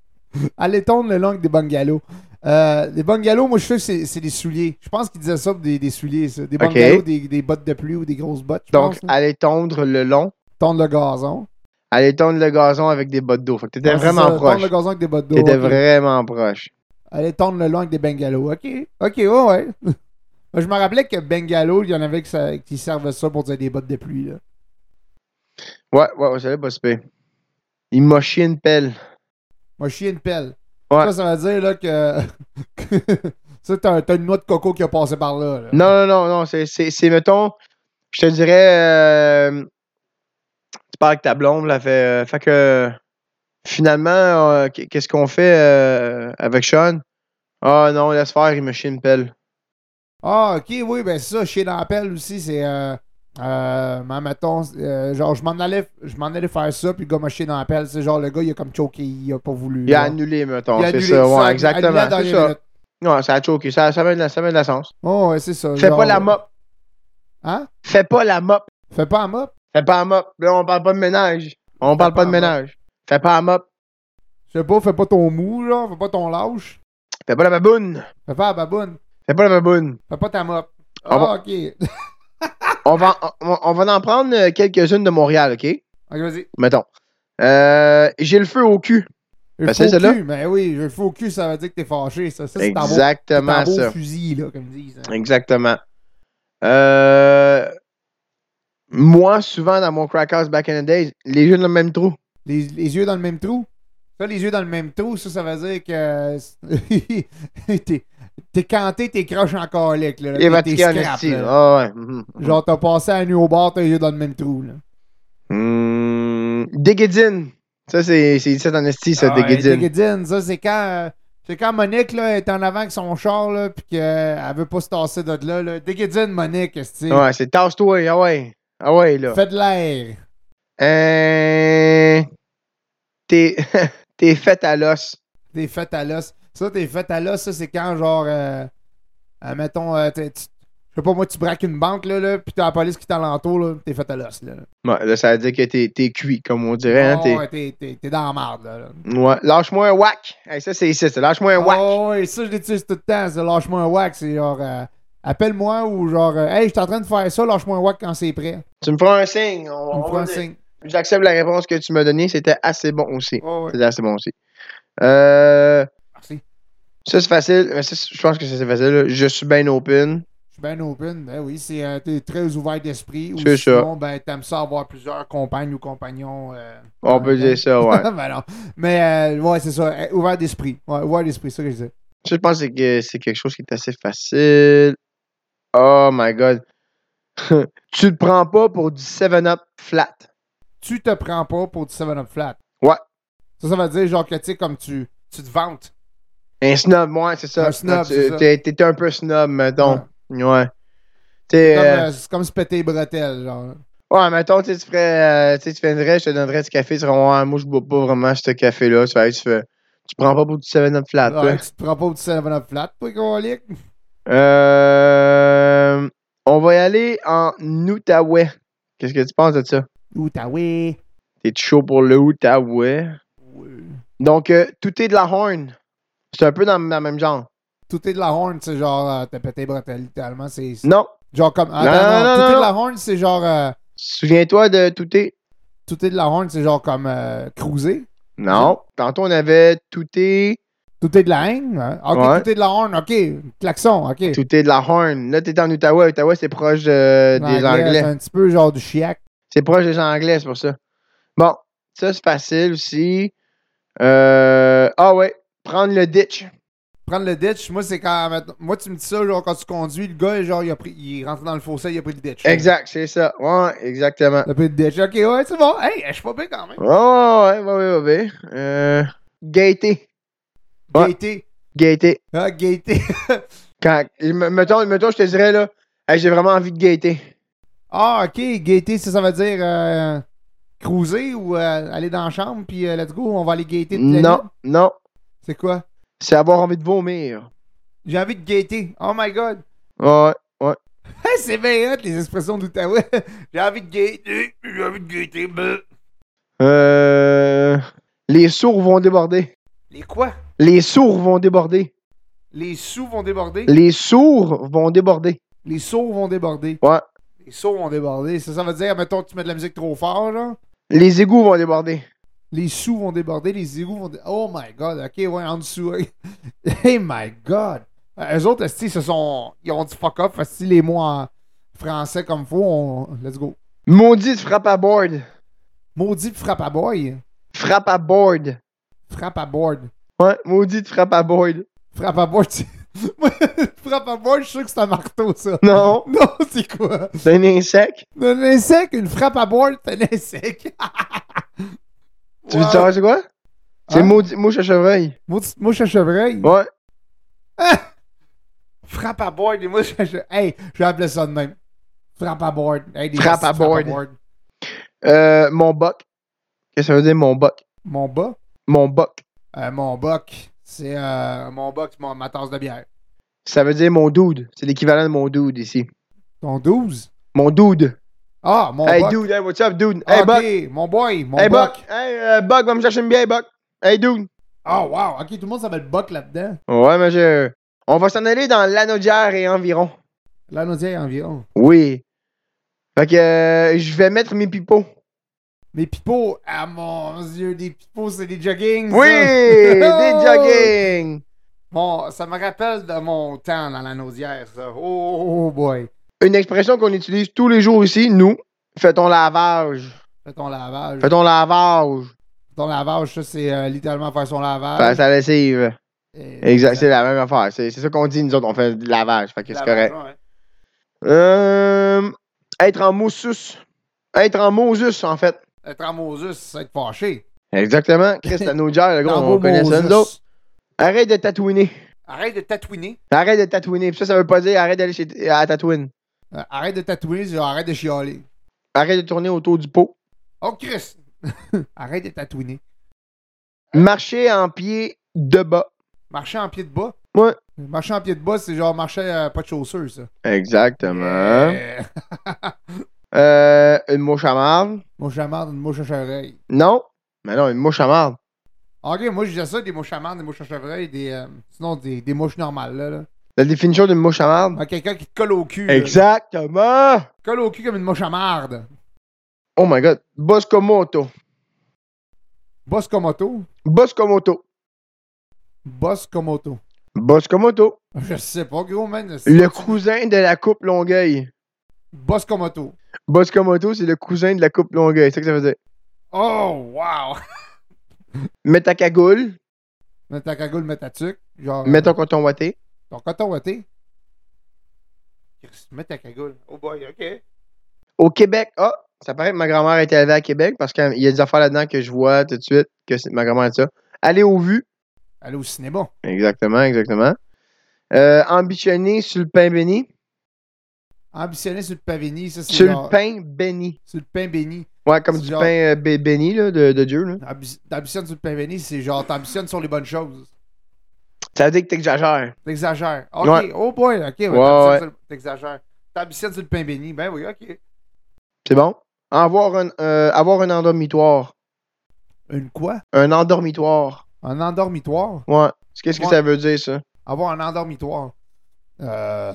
[SPEAKER 2] Aller tondre le long avec des bungalows. Euh, les bungalows, moi, je sais que c'est- c'est des souliers. Je pense qu'ils disaient ça pour des, des souliers, ça. Des
[SPEAKER 1] Ok.
[SPEAKER 2] bungalows, des, des bottes de pluie ou des grosses bottes, je
[SPEAKER 1] donc
[SPEAKER 2] pense. là.
[SPEAKER 1] aller tondre le long.
[SPEAKER 2] Tondre le gazon.
[SPEAKER 1] Aller tondre le gazon avec des bottes d'eau. Fait que t'étais
[SPEAKER 2] Ouais, c'est
[SPEAKER 1] vraiment
[SPEAKER 2] ça, Tondre
[SPEAKER 1] proche.
[SPEAKER 2] le gazon avec des bottes d'eau.
[SPEAKER 1] T'étais
[SPEAKER 2] ok.
[SPEAKER 1] vraiment proche.
[SPEAKER 2] Aller tondre le long avec des bungalows. OK. OK, ouais, ouais. Moi, je me rappelais que bungalow, il y en avait qui, ça- qui servaient ça pour dire des bottes de pluie. Là.
[SPEAKER 1] Ouais, ouais, ouais, ça allait pas se pire. Il m'a chié une pelle.
[SPEAKER 2] Moi, je suis une pelle.
[SPEAKER 1] Ouais.
[SPEAKER 2] Ça, ça veut dire là, que. ça, t'as t'as une noix de coco qui a passé par là. là.
[SPEAKER 1] Non, non, non, non. C'est, c'est, c'est, mettons, je te dirais, euh, tu parles avec ta blonde, là, fait, euh, fait que finalement, euh, qu- qu'est-ce qu'on fait euh, avec Sean? Ah non, laisse faire, il me chie une pelle.
[SPEAKER 2] Ah, ok, oui, ben c'est ça, chez l'appel aussi, c'est. Euh, euh, ben, mettons, euh, genre, je m'en allais, je m'en allais faire ça, puis le gars m'a chié dans la pelle. C'est genre, le gars, il a comme choqué, il a pas voulu.
[SPEAKER 1] Il a
[SPEAKER 2] là.
[SPEAKER 1] annulé, mettons.
[SPEAKER 2] Il a
[SPEAKER 1] c'est
[SPEAKER 2] annulé
[SPEAKER 1] ça,
[SPEAKER 2] tout
[SPEAKER 1] ouais,
[SPEAKER 2] ça, annulé à la
[SPEAKER 1] exactement. C'est
[SPEAKER 2] dernière
[SPEAKER 1] ça.
[SPEAKER 2] minute.
[SPEAKER 1] Non, ça a choqué. Ça, ça, met de la, ça met de la sens.
[SPEAKER 2] Oh, ouais, c'est ça.
[SPEAKER 1] Fais
[SPEAKER 2] genre,
[SPEAKER 1] pas la mop.
[SPEAKER 2] Hein?
[SPEAKER 1] Fais pas la mop.
[SPEAKER 2] Fais pas un mop.
[SPEAKER 1] Fais pas la mop. Là, on parle pas de ménage. On parle pas
[SPEAKER 2] pas
[SPEAKER 1] de
[SPEAKER 2] la mop.
[SPEAKER 1] ménage. Fais pas la mop.
[SPEAKER 2] Je sais pas, fais pas ton mou, genre, fais pas ton lâche.
[SPEAKER 1] Fais pas la baboune.
[SPEAKER 2] Fais pas la baboune.
[SPEAKER 1] Fais pas la baboune.
[SPEAKER 2] Fais pas ta mop.
[SPEAKER 1] Ah,
[SPEAKER 2] Ah,
[SPEAKER 1] bon.
[SPEAKER 2] ok. ok,
[SPEAKER 1] On va, on, on va en prendre euh, quelques-unes de Montréal, OK?
[SPEAKER 2] vas-y.
[SPEAKER 1] Mettons. Euh, j'ai le feu au cul. Ben,
[SPEAKER 2] Le faux
[SPEAKER 1] c'est celle-là.
[SPEAKER 2] cul, ben oui, le faux cul, ça veut dire que t'es fâché, ça. ça c'est ta beau, c'est
[SPEAKER 1] Exactement
[SPEAKER 2] ta beau
[SPEAKER 1] ça.
[SPEAKER 2] fusil, là, comme ils disent. hein.
[SPEAKER 1] Exactement. Euh, moi, souvent, dans mon crack house back in the days, les jeux dans le même trou.
[SPEAKER 2] Les, les yeux dans le même trou. Ça, les yeux dans le même trou, ça, ça veut dire que t'es, t'es canté, t'es croche en colique. Là,
[SPEAKER 1] Et
[SPEAKER 2] t'es, t'es
[SPEAKER 1] Vatican
[SPEAKER 2] scrap,
[SPEAKER 1] aussi.
[SPEAKER 2] là.
[SPEAKER 1] Ah ouais. mhm.
[SPEAKER 2] Genre, t'as passé à nuit au bord, t'as les yeux dans le même trou. Là.
[SPEAKER 1] Hum, Déguédine. Ça, c'est c'est ça en esti, ça,
[SPEAKER 2] Ah,
[SPEAKER 1] Déguédine.
[SPEAKER 2] hey, Déguédine, ça, c'est quand, euh, c'est quand Monique là, est en avant avec son char, là, puis qu'elle veut pas se tasser de là. là. Déguédine, Monique, est
[SPEAKER 1] Ouais, c'est tasse-toi. Ah ouais. Ah ouais, là.
[SPEAKER 2] Fais de l'air.
[SPEAKER 1] Euh, T'es t'es faite à l'os.
[SPEAKER 2] T'es fait à l'os. Ça, t'es fait à l'os, ça, c'est quand, genre, euh, euh, mettons, euh, t'es- tu- je sais pas, moi, tu braques une banque, là, là pis t'as la police qui t'alentoure, là, t'es fait à l'os, là.
[SPEAKER 1] Ouais, là, ça veut dire que t'es t'es cuit, comme on dirait. Hein,
[SPEAKER 2] Oh,
[SPEAKER 1] t'es-
[SPEAKER 2] ouais, t'es, t'es- t'es dans la marde, là. là.
[SPEAKER 1] Ouais. Lâche-moi un whack. Hey, ça, c'est ici. ça. Lâche-moi un whack.
[SPEAKER 2] Oh, ouais, ça, je l'utilise tout le temps, ça, lâche-moi un whack, c'est genre, euh, appelle-moi ou genre, euh, hey, je suis en train de faire ça, lâche-moi un whack quand c'est prêt.
[SPEAKER 1] Tu me prends un signe. on-
[SPEAKER 2] Tu me
[SPEAKER 1] on
[SPEAKER 2] prends
[SPEAKER 1] va
[SPEAKER 2] un
[SPEAKER 1] dire.
[SPEAKER 2] signe.
[SPEAKER 1] J'accepte la réponse que tu m'as donnée. C'était assez bon aussi.
[SPEAKER 2] Oh, ouais.
[SPEAKER 1] C'était assez bon aussi. Euh,
[SPEAKER 2] Merci.
[SPEAKER 1] ça, c'est facile. Mais ça, c'est- je pense que ça, c'est facile. là. Je suis bien open.
[SPEAKER 2] Je suis bien open, ben oui, c'est, euh, t'es très ouvert d'esprit. Ou
[SPEAKER 1] C'est ça.
[SPEAKER 2] sinon, ben, t'aimes ça avoir plusieurs compagnes ou compagnons. euh,
[SPEAKER 1] On
[SPEAKER 2] en
[SPEAKER 1] peut
[SPEAKER 2] même temps.
[SPEAKER 1] dire ça, ouais.
[SPEAKER 2] Ben non. Mais euh, ouais, c'est ça. euh, Ouvert d'esprit. Ouais, ouvert d'esprit, c'est ça que je disais.
[SPEAKER 1] Ça, je pense que c'est que c'est quelque chose qui est assez facile. Oh my God. tu te prends pas pour du 7-Up flat.
[SPEAKER 2] Tu te prends pas pour du 7-up flat.
[SPEAKER 1] Ouais.
[SPEAKER 2] Ça, ça veut dire genre que tu sais, comme tu, tu te vantes.
[SPEAKER 1] Un snob, ouais, c'est ça.
[SPEAKER 2] Un snob,
[SPEAKER 1] Tu-
[SPEAKER 2] c'est ça.
[SPEAKER 1] T'es t'es un peu snob, mettons. Ouais. T'es,
[SPEAKER 2] Comme,
[SPEAKER 1] euh,
[SPEAKER 2] euh, c'est comme se péter les bretelles, genre.
[SPEAKER 1] Ouais, mettons, tu sais, tu ferais, euh, tu sais, tu viendrais, je te donnerais du café, tu serais, ouais, moi, je bois pas vraiment ce café-là. Tu fais, hey, tu fais, tu prends pas pour du 7-Up flat, là.
[SPEAKER 2] Ouais, tu te prends pas pour du 7-up flat, toi, colique.
[SPEAKER 1] Euh, on va y aller en Outaouais. Qu'est-ce que tu penses de ça?
[SPEAKER 2] Ou t'as oui.
[SPEAKER 1] T'es chaud pour le Outaouais?
[SPEAKER 2] Ouais.
[SPEAKER 1] Donc, euh, tout est de la horn. C'est un peu dans, dans le même genre.
[SPEAKER 2] Tout est de la horn, c'est genre, euh, t'as pété les bretelles, littéralement. C'est c'est
[SPEAKER 1] Non.
[SPEAKER 2] genre comme.
[SPEAKER 1] non,
[SPEAKER 2] Attends,
[SPEAKER 1] non,
[SPEAKER 2] tout est
[SPEAKER 1] non.
[SPEAKER 2] de la horn, c'est genre. euh,
[SPEAKER 1] Souviens-toi de tout est.
[SPEAKER 2] tout est de la horn, c'est genre comme euh, cruiser.
[SPEAKER 1] Non. Tantôt, on avait tout est.
[SPEAKER 2] Tout est de la haine. hein. Ok,
[SPEAKER 1] Ouais.
[SPEAKER 2] tout est de la horn, ok. Klaxon, ok.
[SPEAKER 1] Tout est de la horn. Là, t'es en Outaouais. Outaouais, c'est proche euh, des
[SPEAKER 2] L'anglais,
[SPEAKER 1] Anglais.
[SPEAKER 2] C'est un petit peu genre du chiac.
[SPEAKER 1] C'est proche des Anglais, c'est pour ça. Bon, ça, c'est facile aussi. Euh, Ah ouais. Prendre le ditch.
[SPEAKER 2] Prendre le ditch, moi, c'est quand. mettons- Moi, tu me dis ça, genre, quand tu conduis, le gars, genre, il, a pris, il est rentré dans le fossé, il a pris le ditch.
[SPEAKER 1] Exact, c'est ça. Ouais, exactement.
[SPEAKER 2] Il a pris le ditch. Ok, ouais, c'est bon. Hey, je suis pas bien quand même.
[SPEAKER 1] Oh, ouais, ouais, ouais, ouais. Euh, gaieté. Ouais.
[SPEAKER 2] Gaieté.
[SPEAKER 1] Gaieté.
[SPEAKER 2] Ah, gaieté.
[SPEAKER 1] Quand, m- mettons, mettons, je te dirais, là, Hey, j'ai vraiment envie de gaieté.
[SPEAKER 2] ah, ok, gaieté, ça, ça veut dire. euh, cruiser ou euh, aller dans la chambre, puis euh, let's go, on va aller gaieter. toute la
[SPEAKER 1] Non,
[SPEAKER 2] nuit?
[SPEAKER 1] non.
[SPEAKER 2] C'est quoi?
[SPEAKER 1] C'est avoir envie de vomir.
[SPEAKER 2] J'ai envie de gaieté. Oh my god.
[SPEAKER 1] Ouais.
[SPEAKER 2] Hey, c'est bien hot, les expressions d'Outaouais. J'ai envie de gaieté. J'ai envie de gaieté. bleu.
[SPEAKER 1] Euh, les sourds vont déborder.
[SPEAKER 2] Les quoi?
[SPEAKER 1] Les sourds vont déborder.
[SPEAKER 2] Les sous vont déborder.
[SPEAKER 1] Les sourds vont déborder.
[SPEAKER 2] Les sauts vont déborder.
[SPEAKER 1] Ouais.
[SPEAKER 2] Les sauts vont déborder. Ça, ça veut dire, mettons, tu mets de la musique trop fort, là.
[SPEAKER 1] Les égouts vont déborder.
[SPEAKER 2] Les sous vont déborder, les égouts vont. dé- Oh my god, ok, ouais, en dessous. ouais. hey my god. Euh, eux autres, esti, se sont. Ils ont dit fuck off, esti, les mots en français comme faut, on... let's go.
[SPEAKER 1] Maudit frappe à board.
[SPEAKER 2] Maudit frappe à boy.
[SPEAKER 1] Frappe à board.
[SPEAKER 2] Frappe à board.
[SPEAKER 1] Ouais, maudite frappe à Boyle.
[SPEAKER 2] Frappe à bois, tu... Moi, frappe à bois, je suis sûr que c'est un marteau, ça.
[SPEAKER 1] Non,
[SPEAKER 2] Non, c'est quoi?
[SPEAKER 1] c'est un insecte.
[SPEAKER 2] Un insecte, une frappe à bois, c'est un insecte.
[SPEAKER 1] Tu veux savoir c'est quoi? C'est
[SPEAKER 2] Hein?
[SPEAKER 1] maudite mouche à chevreuil.
[SPEAKER 2] Maudite mouche à chevreuil.
[SPEAKER 1] Ouais.
[SPEAKER 2] Frappe à board, les mouches à chevreuil. Hey, je vais appeler ça de même. Frappe à board. Hey, des
[SPEAKER 1] Frappe à
[SPEAKER 2] petites
[SPEAKER 1] board. Euh, mon boc. Qu'est-ce que ça veut dire mon boc?
[SPEAKER 2] Mon bas.
[SPEAKER 1] Mon boc.
[SPEAKER 2] Euh, mon boc. C'est euh, mon boc, c'est mon- ma tasse de bière.
[SPEAKER 1] Ça veut dire mon dude. C'est l'équivalent de mon dude ici.
[SPEAKER 2] Ton 12.
[SPEAKER 1] Mon dude.
[SPEAKER 2] Ah, mon
[SPEAKER 1] hey
[SPEAKER 2] boc.
[SPEAKER 1] dude, hey, what's up dude?
[SPEAKER 2] Ah,
[SPEAKER 1] Hey
[SPEAKER 2] ok,
[SPEAKER 1] Buck.
[SPEAKER 2] mon boy, mon
[SPEAKER 1] Hey
[SPEAKER 2] boc.
[SPEAKER 1] Buck. Hey euh, Buck, va me chercher une bière, Buck. Hey dude.
[SPEAKER 2] Ah, wow. Ok, tout le monde s'appelle boc là-dedans.
[SPEAKER 1] Ouais, monsieur. On va s'en aller dans l'anodière et environ.
[SPEAKER 2] Là, nous dit environ.
[SPEAKER 1] Oui. Fait que euh, je vais mettre mes pipeaux.
[SPEAKER 2] Mes pipeaux, ah mon dieu, des pipeaux, c'est des joggings.
[SPEAKER 1] Oui! des
[SPEAKER 2] Oh!
[SPEAKER 1] jogging!
[SPEAKER 2] Bon, ça me rappelle de mon temps dans la nausière, ça. Oh, oh, oh, boy.
[SPEAKER 1] Une expression qu'on utilise tous les jours ici, nous. Fais ton lavage.
[SPEAKER 2] Fais ton lavage.
[SPEAKER 1] Fais ton lavage.
[SPEAKER 2] Ton lavage, ça, c'est euh, littéralement faire son lavage.
[SPEAKER 1] Fais ta lessive.
[SPEAKER 2] Et-
[SPEAKER 1] Ah. Exact, c'est la même affaire. C'est c'est ça qu'on dit, nous autres, on fait du lavage. Fait que c'est
[SPEAKER 2] Lavage,
[SPEAKER 1] correct.
[SPEAKER 2] ouais.
[SPEAKER 1] Euh, être en moussus. Être en Moses, en fait.
[SPEAKER 2] Être en Moses, c'est être fâché.
[SPEAKER 1] Exactement. Chris, t'as nos gères, le gars,
[SPEAKER 2] Dans
[SPEAKER 1] on
[SPEAKER 2] vos
[SPEAKER 1] connaît ça,
[SPEAKER 2] Moses.
[SPEAKER 1] nous autres. Arrête de tatouiner.
[SPEAKER 2] Arrête de tatouiner.
[SPEAKER 1] Arrête de tatouiner. Puis ça, ça veut pas dire arrête d'aller chez à la tatouine.
[SPEAKER 2] Euh, arrête de tatouiner, c'est genre arrête de chialer.
[SPEAKER 1] Arrête de tourner autour du pot.
[SPEAKER 2] Oh, Chris! arrête de tatouiner.
[SPEAKER 1] Marcher en pied de bas.
[SPEAKER 2] Marcher en pied de bas.
[SPEAKER 1] Ouais.
[SPEAKER 2] Marcher en pied de bas, c'est genre marcher euh, pas de chaussures, ça.
[SPEAKER 1] Exactement.
[SPEAKER 2] Euh,
[SPEAKER 1] Euh, une mouche à marde.
[SPEAKER 2] mouche à marde, une mouche à chevreuil.
[SPEAKER 1] Non. Mais non, une mouche à marde.
[SPEAKER 2] Ok, moi, je disais ça, des mouches à marde, des mouches à chevreuil, des. euh, sinon, des, des mouches normales, là. là.
[SPEAKER 1] La définition d'une mouche à marde.
[SPEAKER 2] Ah, Quelqu'un qui te colle au cul. là.
[SPEAKER 1] Exactement.
[SPEAKER 2] Colle au cul comme une mouche à marde.
[SPEAKER 1] Oh my god. Boscomoto.
[SPEAKER 2] Boss comme auto.
[SPEAKER 1] Boscomoto.
[SPEAKER 2] Boss comme auto.
[SPEAKER 1] Boscomoto.
[SPEAKER 2] Je sais pas, gros, man. c'est-
[SPEAKER 1] Le cousin de la coupe Longueuil.
[SPEAKER 2] Boss comme auto.
[SPEAKER 1] Boscomoto, c'est le cousin de la coupe Longueuil. C'est ça que ça veut dire.
[SPEAKER 2] Oh, wow!
[SPEAKER 1] Mets ta cagoule.
[SPEAKER 2] Mets ta cagoule, mets ta tuque. Genre,
[SPEAKER 1] Mets ton coton watté.
[SPEAKER 2] ton coton ouaté. Chris, Mets ta cagoule. Oh boy, ok.
[SPEAKER 1] Au Québec, ah, ça paraît que ma grand-mère a été élevée à Québec parce qu'il y a des affaires là-dedans que je vois tout de suite que c'est- ma grand-mère a dit ça. Aller au vu.
[SPEAKER 2] Aller au cinéma.
[SPEAKER 1] Exactement, exactement. Euh, ambitionner sur le pain béni.
[SPEAKER 2] Ambitionner sur le pain béni, ça c'est
[SPEAKER 1] Sur
[SPEAKER 2] genre-
[SPEAKER 1] le pain béni.
[SPEAKER 2] Sur le pain béni.
[SPEAKER 1] Ouais, comme
[SPEAKER 2] C'est
[SPEAKER 1] du
[SPEAKER 2] genre-
[SPEAKER 1] pain euh, bé- béni là, de, de Dieu. Là.
[SPEAKER 2] Ambi- T'ambitionnes sur le pain béni, c'est genre t'ambitionnes sur les bonnes choses.
[SPEAKER 1] Ça veut dire que t'exagères.
[SPEAKER 2] T'exagères. Ok,
[SPEAKER 1] Ouais.
[SPEAKER 2] oh boy, ok. ouais,
[SPEAKER 1] Ouais,
[SPEAKER 2] t'ambitionnes
[SPEAKER 1] ouais.
[SPEAKER 2] sur le- T'exagères. T'ambitionnes sur le pain béni, ben oui, ok.
[SPEAKER 1] C'est bon? Avoir un, euh, avoir un endormitoire.
[SPEAKER 2] Une quoi?
[SPEAKER 1] Un endormitoire.
[SPEAKER 2] Un endormitoire?
[SPEAKER 1] Ouais. Qu'est-ce que
[SPEAKER 2] Ouais.
[SPEAKER 1] ça veut dire, ça?
[SPEAKER 2] Avoir un endormitoire. Euh...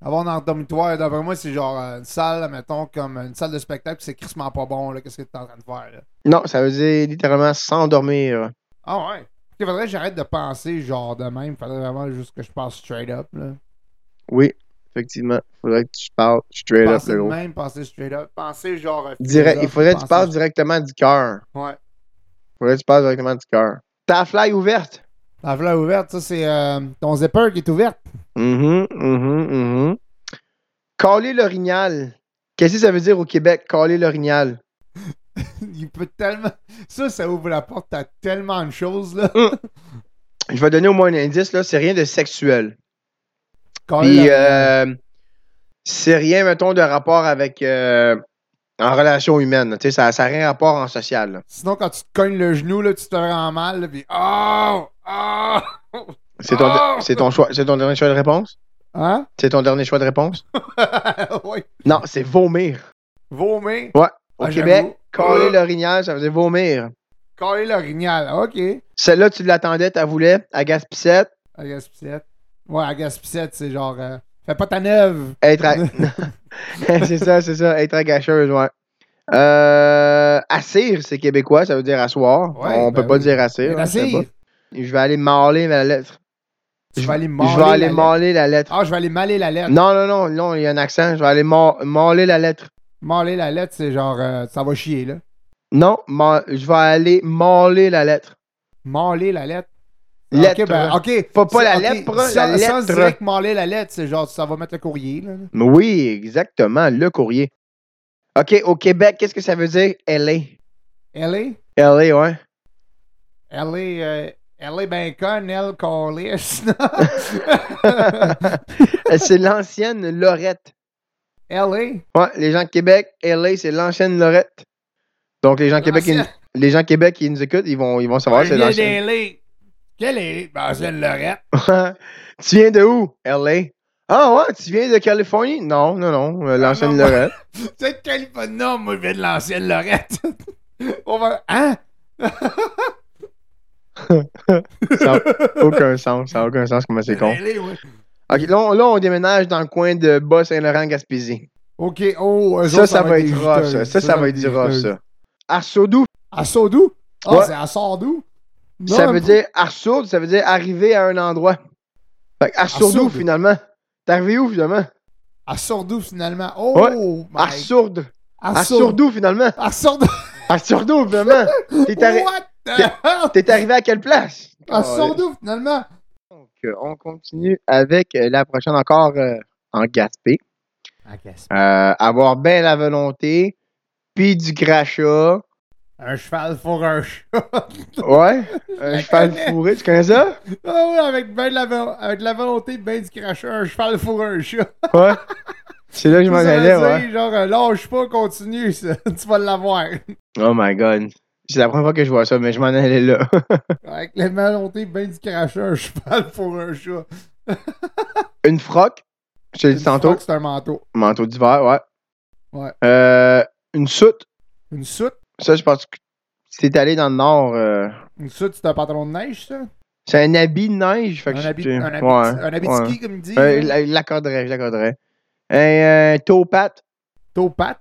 [SPEAKER 2] Avoir un endormitoire, d'après moi, c'est genre euh, une salle, mettons, comme une salle de spectacle, puis c'est crissement pas bon, là, qu'est-ce que t'es en train de faire, là.
[SPEAKER 1] Non, ça veut dire littéralement s'endormir.
[SPEAKER 2] Ah ouais? Il faudrait que j'arrête de penser genre de même, faudrait vraiment juste que je pense straight up, là.
[SPEAKER 1] Oui, effectivement. Faudrait que tu parles straight up,
[SPEAKER 2] Penser
[SPEAKER 1] le
[SPEAKER 2] de
[SPEAKER 1] gros.
[SPEAKER 2] même, penser straight up, penser genre... euh,
[SPEAKER 1] Direct, il
[SPEAKER 2] philosophe,
[SPEAKER 1] faudrait que tu
[SPEAKER 2] penser-
[SPEAKER 1] parles directement du cœur.
[SPEAKER 2] Ouais.
[SPEAKER 1] Faudrait que tu parles directement du cœur. Ta fly ouverte.
[SPEAKER 2] La fleur ouverte, ça, c'est euh, ton zipper qui est ouverte.
[SPEAKER 1] Mhm, mhm, mhm. Caler l'orignal. Qu'est-ce que ça veut dire au Québec, caler l'orignal?
[SPEAKER 2] il peut tellement... Ça, ça ouvre la porte à tellement de choses, là.
[SPEAKER 1] Je vais donner au moins un indice, là, c'est rien de sexuel.
[SPEAKER 2] Quand
[SPEAKER 1] Puis,
[SPEAKER 2] la-
[SPEAKER 1] euh, c'est rien, mettons, de rapport avec. euh, en relation humaine. Tu sais, ça n'a rien rapport en social. là.
[SPEAKER 2] Sinon, quand tu te cognes le genou, là, tu te fais vraiment mal. là, puis... Oh! Oh!
[SPEAKER 1] C'est ton,
[SPEAKER 2] Ah!
[SPEAKER 1] c'est ton choix. C'est ton dernier choix de réponse?
[SPEAKER 2] Hein?
[SPEAKER 1] C'est ton dernier choix de réponse?
[SPEAKER 2] oui.
[SPEAKER 1] Non, c'est vomir.
[SPEAKER 2] Vomir.
[SPEAKER 1] Au
[SPEAKER 2] Ah,
[SPEAKER 1] Québec,
[SPEAKER 2] j'avoue.
[SPEAKER 1] caler l'orignal, ça veut dire vomir.
[SPEAKER 2] Coller l'orignal. OK.
[SPEAKER 1] Celle-là, tu l'attendais, t'as voulais, à Gaspissette,
[SPEAKER 2] À Gaspissette. Ouais, à Gaspissette, c'est genre... euh, Fais pas ta neuve.
[SPEAKER 1] être à... c'est ça, c'est ça, être à gâcheuse, ouais. Euh, assir, c'est québécois, ça veut dire asseoir.
[SPEAKER 2] Ouais,
[SPEAKER 1] On
[SPEAKER 2] ben
[SPEAKER 1] peut pas
[SPEAKER 2] oui.
[SPEAKER 1] dire assir.
[SPEAKER 2] Mais
[SPEAKER 1] hein, je sais
[SPEAKER 2] t'assire.
[SPEAKER 1] pas. Je vais aller marler ma lettre.
[SPEAKER 2] Je vais aller
[SPEAKER 1] je vais aller
[SPEAKER 2] la
[SPEAKER 1] marler la lettre.
[SPEAKER 2] lettre. Ah, je vais aller maler la lettre.
[SPEAKER 1] Non, non, non, non, il y a un accent. Je vais aller mar- marler la lettre.
[SPEAKER 2] Maler la lettre, c'est genre... euh, ça va chier, là.
[SPEAKER 1] Non, mar- je vais aller marler la lettre.
[SPEAKER 2] Maler la lettre.
[SPEAKER 1] Lettre.
[SPEAKER 2] Ok, ben, ok.
[SPEAKER 1] Faut pas la
[SPEAKER 2] Ok,
[SPEAKER 1] lettre,
[SPEAKER 2] sans,
[SPEAKER 1] la
[SPEAKER 2] sans
[SPEAKER 1] lettre.
[SPEAKER 2] direct maler la lettre, c'est genre, ça va mettre le courrier, là.
[SPEAKER 1] Oui, exactement, le courrier. OK, au Québec, qu'est-ce que ça veut dire LA?
[SPEAKER 2] LA?
[SPEAKER 1] LA, ouais.
[SPEAKER 2] LA, euh, LA ben conne, elle qu'on lisse.
[SPEAKER 1] c'est l'ancienne Lorette.
[SPEAKER 2] LA?
[SPEAKER 1] Ouais, les gens de Québec, LA, c'est l'ancienne Lorette. Donc, les gens de Québec, ils-
[SPEAKER 2] L'ancienne-
[SPEAKER 1] les gens de Québec qui nous écoutent, ils vont, ils vont savoir
[SPEAKER 2] Elle
[SPEAKER 1] c'est
[SPEAKER 2] vient
[SPEAKER 1] l'ancienne.
[SPEAKER 2] d'LA. Quelle est Ben, c'est une Lorette.
[SPEAKER 1] Hein? tu viens de où? LA. Ah ouais, tu viens de Californie? Non, non, non, euh, l'ancienne
[SPEAKER 2] non, moi-
[SPEAKER 1] Lorette.
[SPEAKER 2] C'est de Californie. Non, moi, je viens de l'ancienne Lorette. On va. Hein?
[SPEAKER 1] Ça n'a aucun sens, ça n'a aucun sens comment c'est con.
[SPEAKER 2] LA, ouais.
[SPEAKER 1] OK, là, on, là, on déménage dans le coin de Bas-Saint-Laurent-Gaspésie.
[SPEAKER 2] Ok, oh, eux
[SPEAKER 1] Ça,
[SPEAKER 2] autres,
[SPEAKER 1] ça va
[SPEAKER 2] des
[SPEAKER 1] être rough,
[SPEAKER 2] juteux.
[SPEAKER 1] ça. Ça, ça va être
[SPEAKER 2] des
[SPEAKER 1] du rough,
[SPEAKER 2] juteux.
[SPEAKER 1] ça. Arsoudou,
[SPEAKER 2] À Sodou? Ah,
[SPEAKER 1] Ouais.
[SPEAKER 2] c'est à Sodou? Non,
[SPEAKER 1] ça
[SPEAKER 2] un
[SPEAKER 1] veut
[SPEAKER 2] peu.
[SPEAKER 1] dire arsourde, ça veut dire arriver à un endroit. Fait que arsourdou,
[SPEAKER 2] Arsourde.
[SPEAKER 1] finalement. T'es arrivé où, finalement?
[SPEAKER 2] À Sordou, finalement. Oh, my-
[SPEAKER 1] Arsourde.
[SPEAKER 2] À Sordou.
[SPEAKER 1] Arsourdou, finalement.
[SPEAKER 2] À Sordou.
[SPEAKER 1] Arsourdou, finalement. T'es arri-
[SPEAKER 2] What the hell?
[SPEAKER 1] t'es arrivé à quelle place?
[SPEAKER 2] À Sordou, finalement.
[SPEAKER 1] Donc, euh, on continue avec euh, la prochaine encore euh, en Gaspé.
[SPEAKER 2] Ah,
[SPEAKER 1] Euh, avoir bien la volonté, puis du crachat.
[SPEAKER 2] Un cheval pour un chat.
[SPEAKER 1] Ouais. euh, Un cheval
[SPEAKER 2] connais.
[SPEAKER 1] fourré, tu connais ça?
[SPEAKER 2] Ah oui, avec, ben de la, vo- avec de la volonté, ben du crachat, un cheval pour un chat.
[SPEAKER 1] Ouais. C'est là que je m'en
[SPEAKER 2] Ça veut
[SPEAKER 1] allais,
[SPEAKER 2] dire,
[SPEAKER 1] ouais.
[SPEAKER 2] Genre, euh, lâche pas, continue, ça. tu vas l'avoir.
[SPEAKER 1] Oh my god. C'est la première fois que je vois ça, mais je m'en allais là.
[SPEAKER 2] Avec la volonté, ben du crachat, un cheval pour un chat.
[SPEAKER 1] Une froc. Je te l'ai dit
[SPEAKER 2] Une
[SPEAKER 1] tantôt.
[SPEAKER 2] froc, C'est un manteau.
[SPEAKER 1] Manteau d'hiver, ouais.
[SPEAKER 2] Ouais.
[SPEAKER 1] Euh, une soute.
[SPEAKER 2] Une soute.
[SPEAKER 1] Ça, je pense que si t'es allé dans le nord, euh,
[SPEAKER 2] Une soute, c'est un pantalon de neige, ça?
[SPEAKER 1] c'est un habit de neige. Fait que
[SPEAKER 2] un,
[SPEAKER 1] je-
[SPEAKER 2] habit,
[SPEAKER 1] ouais,
[SPEAKER 2] un, habit, un habit
[SPEAKER 1] ouais.
[SPEAKER 2] de ski, comme il dit.
[SPEAKER 1] Euh,
[SPEAKER 2] là.
[SPEAKER 1] la- je l'accorderais, je l'accorderais. Un, un taupat.
[SPEAKER 2] Taupat.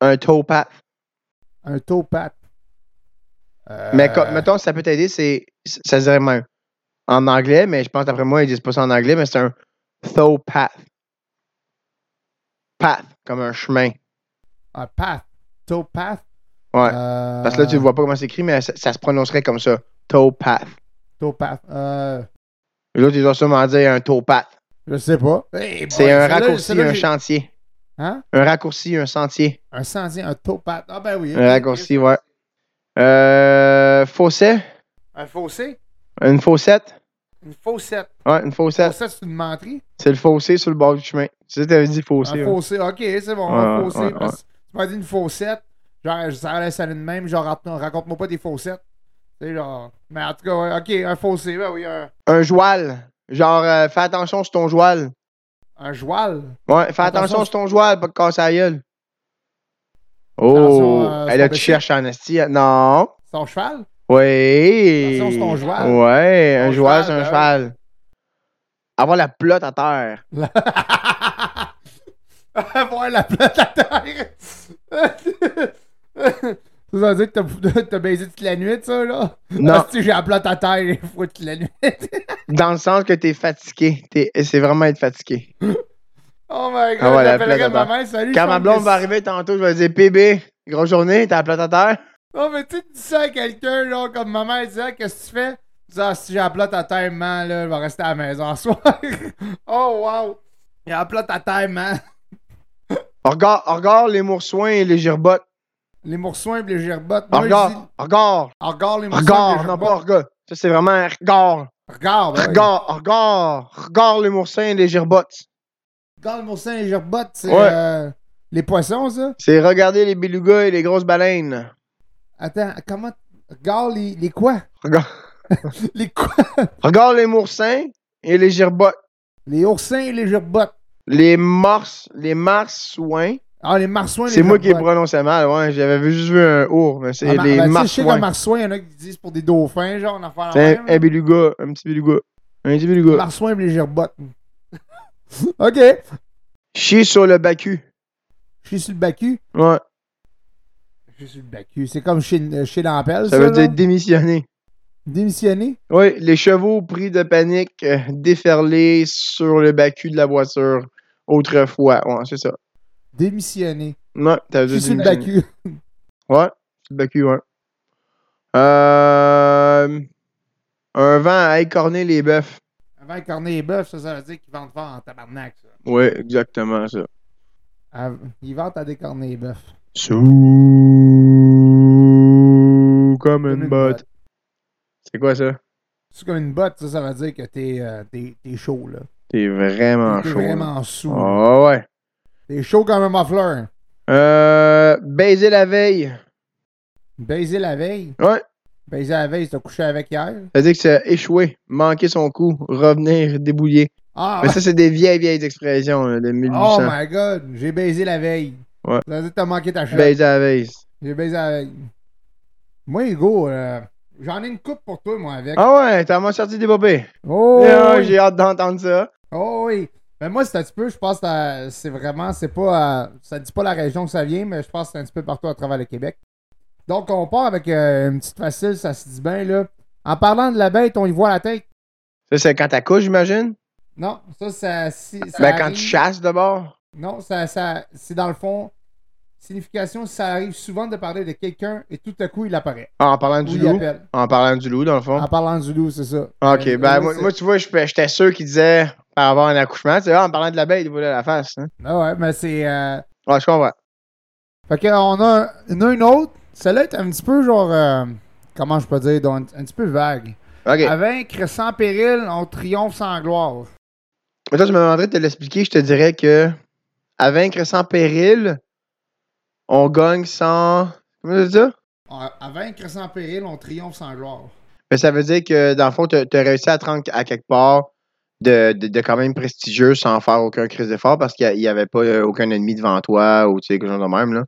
[SPEAKER 1] Un taupat.
[SPEAKER 2] Un taupat. Euh,
[SPEAKER 1] Mais comme- mettons, ça peut t'aider, c'est. Ça se dirait même en anglais, mais je pense d'après moi, ils disent pas ça en anglais, mais c'est un taupat. Path, comme un chemin.
[SPEAKER 2] Un path. Taupat.
[SPEAKER 1] Ouais.
[SPEAKER 2] Euh,
[SPEAKER 1] Parce que là, tu vois pas comment c'est écrit, mais ça, ça se prononcerait comme ça. Taupat.
[SPEAKER 2] Taupat. Euh,
[SPEAKER 1] L'autre, ils ont sûrement dit un taupat.
[SPEAKER 2] je sais pas. Hey,
[SPEAKER 1] C'est
[SPEAKER 2] boy,
[SPEAKER 1] un
[SPEAKER 2] celle-là-
[SPEAKER 1] raccourci,
[SPEAKER 2] celle-là,
[SPEAKER 1] un
[SPEAKER 2] j'ai-
[SPEAKER 1] chantier.
[SPEAKER 2] Hein?
[SPEAKER 1] Un raccourci, un sentier.
[SPEAKER 2] Un sentier, un taupat. Ah ben oui.
[SPEAKER 1] Un raccourci, ouais. Euh, fausset.
[SPEAKER 2] Un fossé.
[SPEAKER 1] Une faussette.
[SPEAKER 2] Une faussette.
[SPEAKER 1] Ouais, une
[SPEAKER 2] Une
[SPEAKER 1] faussette.
[SPEAKER 2] faussette, c'est une menterie.
[SPEAKER 1] C'est le fossé sur le bord du chemin. Tu sais, t'avais dit fossé.
[SPEAKER 2] un
[SPEAKER 1] ouais.
[SPEAKER 2] fossé. OK, c'est bon.
[SPEAKER 1] Ouais,
[SPEAKER 2] un
[SPEAKER 1] ouais,
[SPEAKER 2] fossé.
[SPEAKER 1] ouais,
[SPEAKER 2] parce que Tu m'as dit une faussette. Genre, ça laisse aller de même. Genre, raconte- raconte-moi pas des faussettes. Tu sais, genre. Mais en tout cas, ouais, OK, un fossé. Ben oui, un,
[SPEAKER 1] Un joual. Genre, euh, fais attention sur ton joual.
[SPEAKER 2] un joual.
[SPEAKER 1] Ouais, fais attention
[SPEAKER 2] Attention sur-
[SPEAKER 1] sur ton joual, pas que casser la gueule.
[SPEAKER 2] Attention,
[SPEAKER 1] Oh!
[SPEAKER 2] euh,
[SPEAKER 1] Elle là,
[SPEAKER 2] sur
[SPEAKER 1] tu
[SPEAKER 2] le
[SPEAKER 1] cherches en esti. hein. Non!
[SPEAKER 2] Son cheval?
[SPEAKER 1] Oui!
[SPEAKER 2] Attention, c'est ton joual.
[SPEAKER 1] Ouais,
[SPEAKER 2] Ton ben
[SPEAKER 1] un joual, c'est un
[SPEAKER 2] cheval,
[SPEAKER 1] cheval. Avoir la plotte à terre.
[SPEAKER 2] Voir la plate à terre! ça veut dire que t'as- t'as baisé toute la nuit, ça, là?
[SPEAKER 1] Non,
[SPEAKER 2] Parce que j'ai la plate à terre des fois toute la nuit.
[SPEAKER 1] dans le sens que t'es fatigué. T'es- C'est vraiment être fatigué.
[SPEAKER 2] oh my god,
[SPEAKER 1] Ah ouais, la
[SPEAKER 2] j'appellerai
[SPEAKER 1] plate
[SPEAKER 2] ma
[SPEAKER 1] à terre.
[SPEAKER 2] mère, salut!
[SPEAKER 1] Quand
[SPEAKER 2] je
[SPEAKER 1] ma
[SPEAKER 2] sens
[SPEAKER 1] blonde
[SPEAKER 2] que-
[SPEAKER 1] va arriver tantôt, je vais dire PB, grosse journée, t'as la plotte à terre.
[SPEAKER 2] Non, mais tu sais, tu dis ça à quelqu'un, là, comme ma mère disait, qu'est-ce que tu fais? Tu dis, ah, si j'ai la plate à terre, man, là, je vais rester à la maison ce soir. oh wow! J'ai la plate à terre, man!
[SPEAKER 1] On Regarde, on regarde les moursouins et les girbottes.
[SPEAKER 2] Les moursouins pis les girbottes.
[SPEAKER 1] On
[SPEAKER 2] Moi, je
[SPEAKER 1] Regarde,
[SPEAKER 2] dis-
[SPEAKER 1] on regarde,
[SPEAKER 2] Ah, Regarde les
[SPEAKER 1] on
[SPEAKER 2] moussins.
[SPEAKER 1] regarde, non pas regarde. Ça, c'est vraiment un regarde.
[SPEAKER 2] Regarde, ouais.
[SPEAKER 1] Regarde, on regarde, on regarde les moursins et les girbottes.
[SPEAKER 2] Regarde le moussin et les gerbottes, c'est
[SPEAKER 1] Ouais.
[SPEAKER 2] euh, les poissons, ça.
[SPEAKER 1] C'est regarder les belugas et les grosses baleines.
[SPEAKER 2] Attends, comment. Regarde les, les quoi
[SPEAKER 1] Regarde,
[SPEAKER 2] Les quoi
[SPEAKER 1] regarde les moursins et les girbottes.
[SPEAKER 2] Les oursins et les gerbottes.
[SPEAKER 1] Les morses, les marsouins.
[SPEAKER 2] Ah, les marsouins et les
[SPEAKER 1] C'est moi qui ai
[SPEAKER 2] gerbottes.
[SPEAKER 1] prononçais mal, ouais. J'avais vu- juste vu un ours, mais c'est
[SPEAKER 2] Ah, ma-
[SPEAKER 1] les
[SPEAKER 2] ben, tu sais, Je sais que
[SPEAKER 1] marsouins.
[SPEAKER 2] le marsouin, il y en a qui disent pour des dauphins, genre, on a affaire
[SPEAKER 1] C'est
[SPEAKER 2] la
[SPEAKER 1] un, un
[SPEAKER 2] même.
[SPEAKER 1] beluga, un petit beluga. Un petit
[SPEAKER 2] Les
[SPEAKER 1] beluga.
[SPEAKER 2] marsouins et les gerbottes. ok.
[SPEAKER 1] Chier sur le bacu.
[SPEAKER 2] Je suis sur le bacu.
[SPEAKER 1] Ouais,
[SPEAKER 2] Je suis sur le bacu. C'est comme chez, euh, chez Lampel,
[SPEAKER 1] ça
[SPEAKER 2] ça.
[SPEAKER 1] veut
[SPEAKER 2] là.
[SPEAKER 1] dire démissionner.
[SPEAKER 2] Démissionner.
[SPEAKER 1] Oui, les chevaux pris de panique euh, déferlés sur le bacu de la voiture autrefois. Ouais, c'est ça.
[SPEAKER 2] Démissionner.
[SPEAKER 1] Non, t'as
[SPEAKER 2] Je suis
[SPEAKER 1] juste
[SPEAKER 2] sur le
[SPEAKER 1] démissionné.
[SPEAKER 2] bacu.
[SPEAKER 1] Ouais, sur le bacu, ouais. Euh, un vent à écorner les bœufs.
[SPEAKER 2] Avant cornet et bœuf, ça, ça veut dire qu'ils vendent fort en tabarnak. Ça.
[SPEAKER 1] Oui, exactement ça.
[SPEAKER 2] Av- Ils vendent à des cornets et bœuf.
[SPEAKER 1] Sous comme une botte. C'est quoi ça?
[SPEAKER 2] C'est comme une botte, ça, ça veut dire que t'es euh, t'es- t'es chaud, là.
[SPEAKER 1] T'es vraiment
[SPEAKER 2] t'es
[SPEAKER 1] Ah, chaud. là.
[SPEAKER 2] vraiment sous. là.
[SPEAKER 1] Ah ouais.
[SPEAKER 2] T'es chaud comme un muffler.
[SPEAKER 1] Euh, baiser la veille.
[SPEAKER 2] Baiser la veille.
[SPEAKER 1] Ouais.
[SPEAKER 2] Baiser la veille, t'as couché avec hier.
[SPEAKER 1] C'est-à-dire que c'est échouer, manquer son coup, revenir, débouiller.
[SPEAKER 2] Ah,
[SPEAKER 1] Mais ça, c'est des vieilles, vieilles expressions là, de 1800.
[SPEAKER 2] oh my god, j'ai baisé la veille.
[SPEAKER 1] Ouais.
[SPEAKER 2] Ça veut dire que t'as manqué ta shot.
[SPEAKER 1] Baiser la veille.
[SPEAKER 2] J'ai baisé la veille. Moi, Hugo, euh, j'en ai une coupe pour toi, moi, avec.
[SPEAKER 1] Ah ouais, t'as m'en sorti des bobés.
[SPEAKER 2] Oh, oui.
[SPEAKER 1] Eh, J'ai hâte d'entendre ça.
[SPEAKER 2] Oh oui. Mais moi, c'est un petit peu, je pense que euh, c'est vraiment, c'est pas, euh, ça dit pas la région que ça vient, mais je pense que c'est un petit peu partout à travers le Québec. Donc, on part avec euh, une petite facile, ça se dit bien, là. En parlant de la bête, on y voit la tête.
[SPEAKER 1] Ça, c'est quand t'accouches, j'imagine?
[SPEAKER 2] Non, ça, ça, si- ça
[SPEAKER 1] Ben, quand
[SPEAKER 2] arrive-
[SPEAKER 1] tu chasses d'abord.
[SPEAKER 2] Non, ça, ça, c'est dans le fond, signification, ça arrive souvent de parler de quelqu'un et tout à coup, il apparaît.
[SPEAKER 1] Ah, En parlant
[SPEAKER 2] Ou
[SPEAKER 1] du
[SPEAKER 2] il
[SPEAKER 1] loup.
[SPEAKER 2] appelle.
[SPEAKER 1] En parlant du loup, dans le fond.
[SPEAKER 2] En parlant du loup, c'est ça.
[SPEAKER 1] Ok,
[SPEAKER 2] Euh,
[SPEAKER 1] ben,
[SPEAKER 2] loup,
[SPEAKER 1] moi,
[SPEAKER 2] Ah, c'est-
[SPEAKER 1] moi, tu vois, je- j'étais sûr qu'il disait par avoir un accouchement. Tu sais, ah, en parlant de la bête, il voulait la face. Hein?
[SPEAKER 2] Ah ouais, mais c'est... euh,
[SPEAKER 1] Ah, je comprends.
[SPEAKER 2] Fait qu'on a, on a une autre. Celle-là est un petit peu genre. euh, comment je peux dire donc, Un petit peu vague.
[SPEAKER 1] Ok.
[SPEAKER 2] À vaincre sans péril, on triomphe sans gloire.
[SPEAKER 1] Mais toi, tu me demanderais de te l'expliquer, je te dirais que à vaincre sans péril, on gagne sans. Comment tu dis ça?
[SPEAKER 2] À à vaincre sans péril, on triomphe sans gloire.
[SPEAKER 1] Mais ça veut dire que dans le fond, tu as, réussi à te rendre à quelque part de, de, de quand même prestigieux sans faire aucun crise d'effort parce qu'il n'y avait pas euh, aucun ennemi devant toi ou tu sais, quelque chose de même. Là.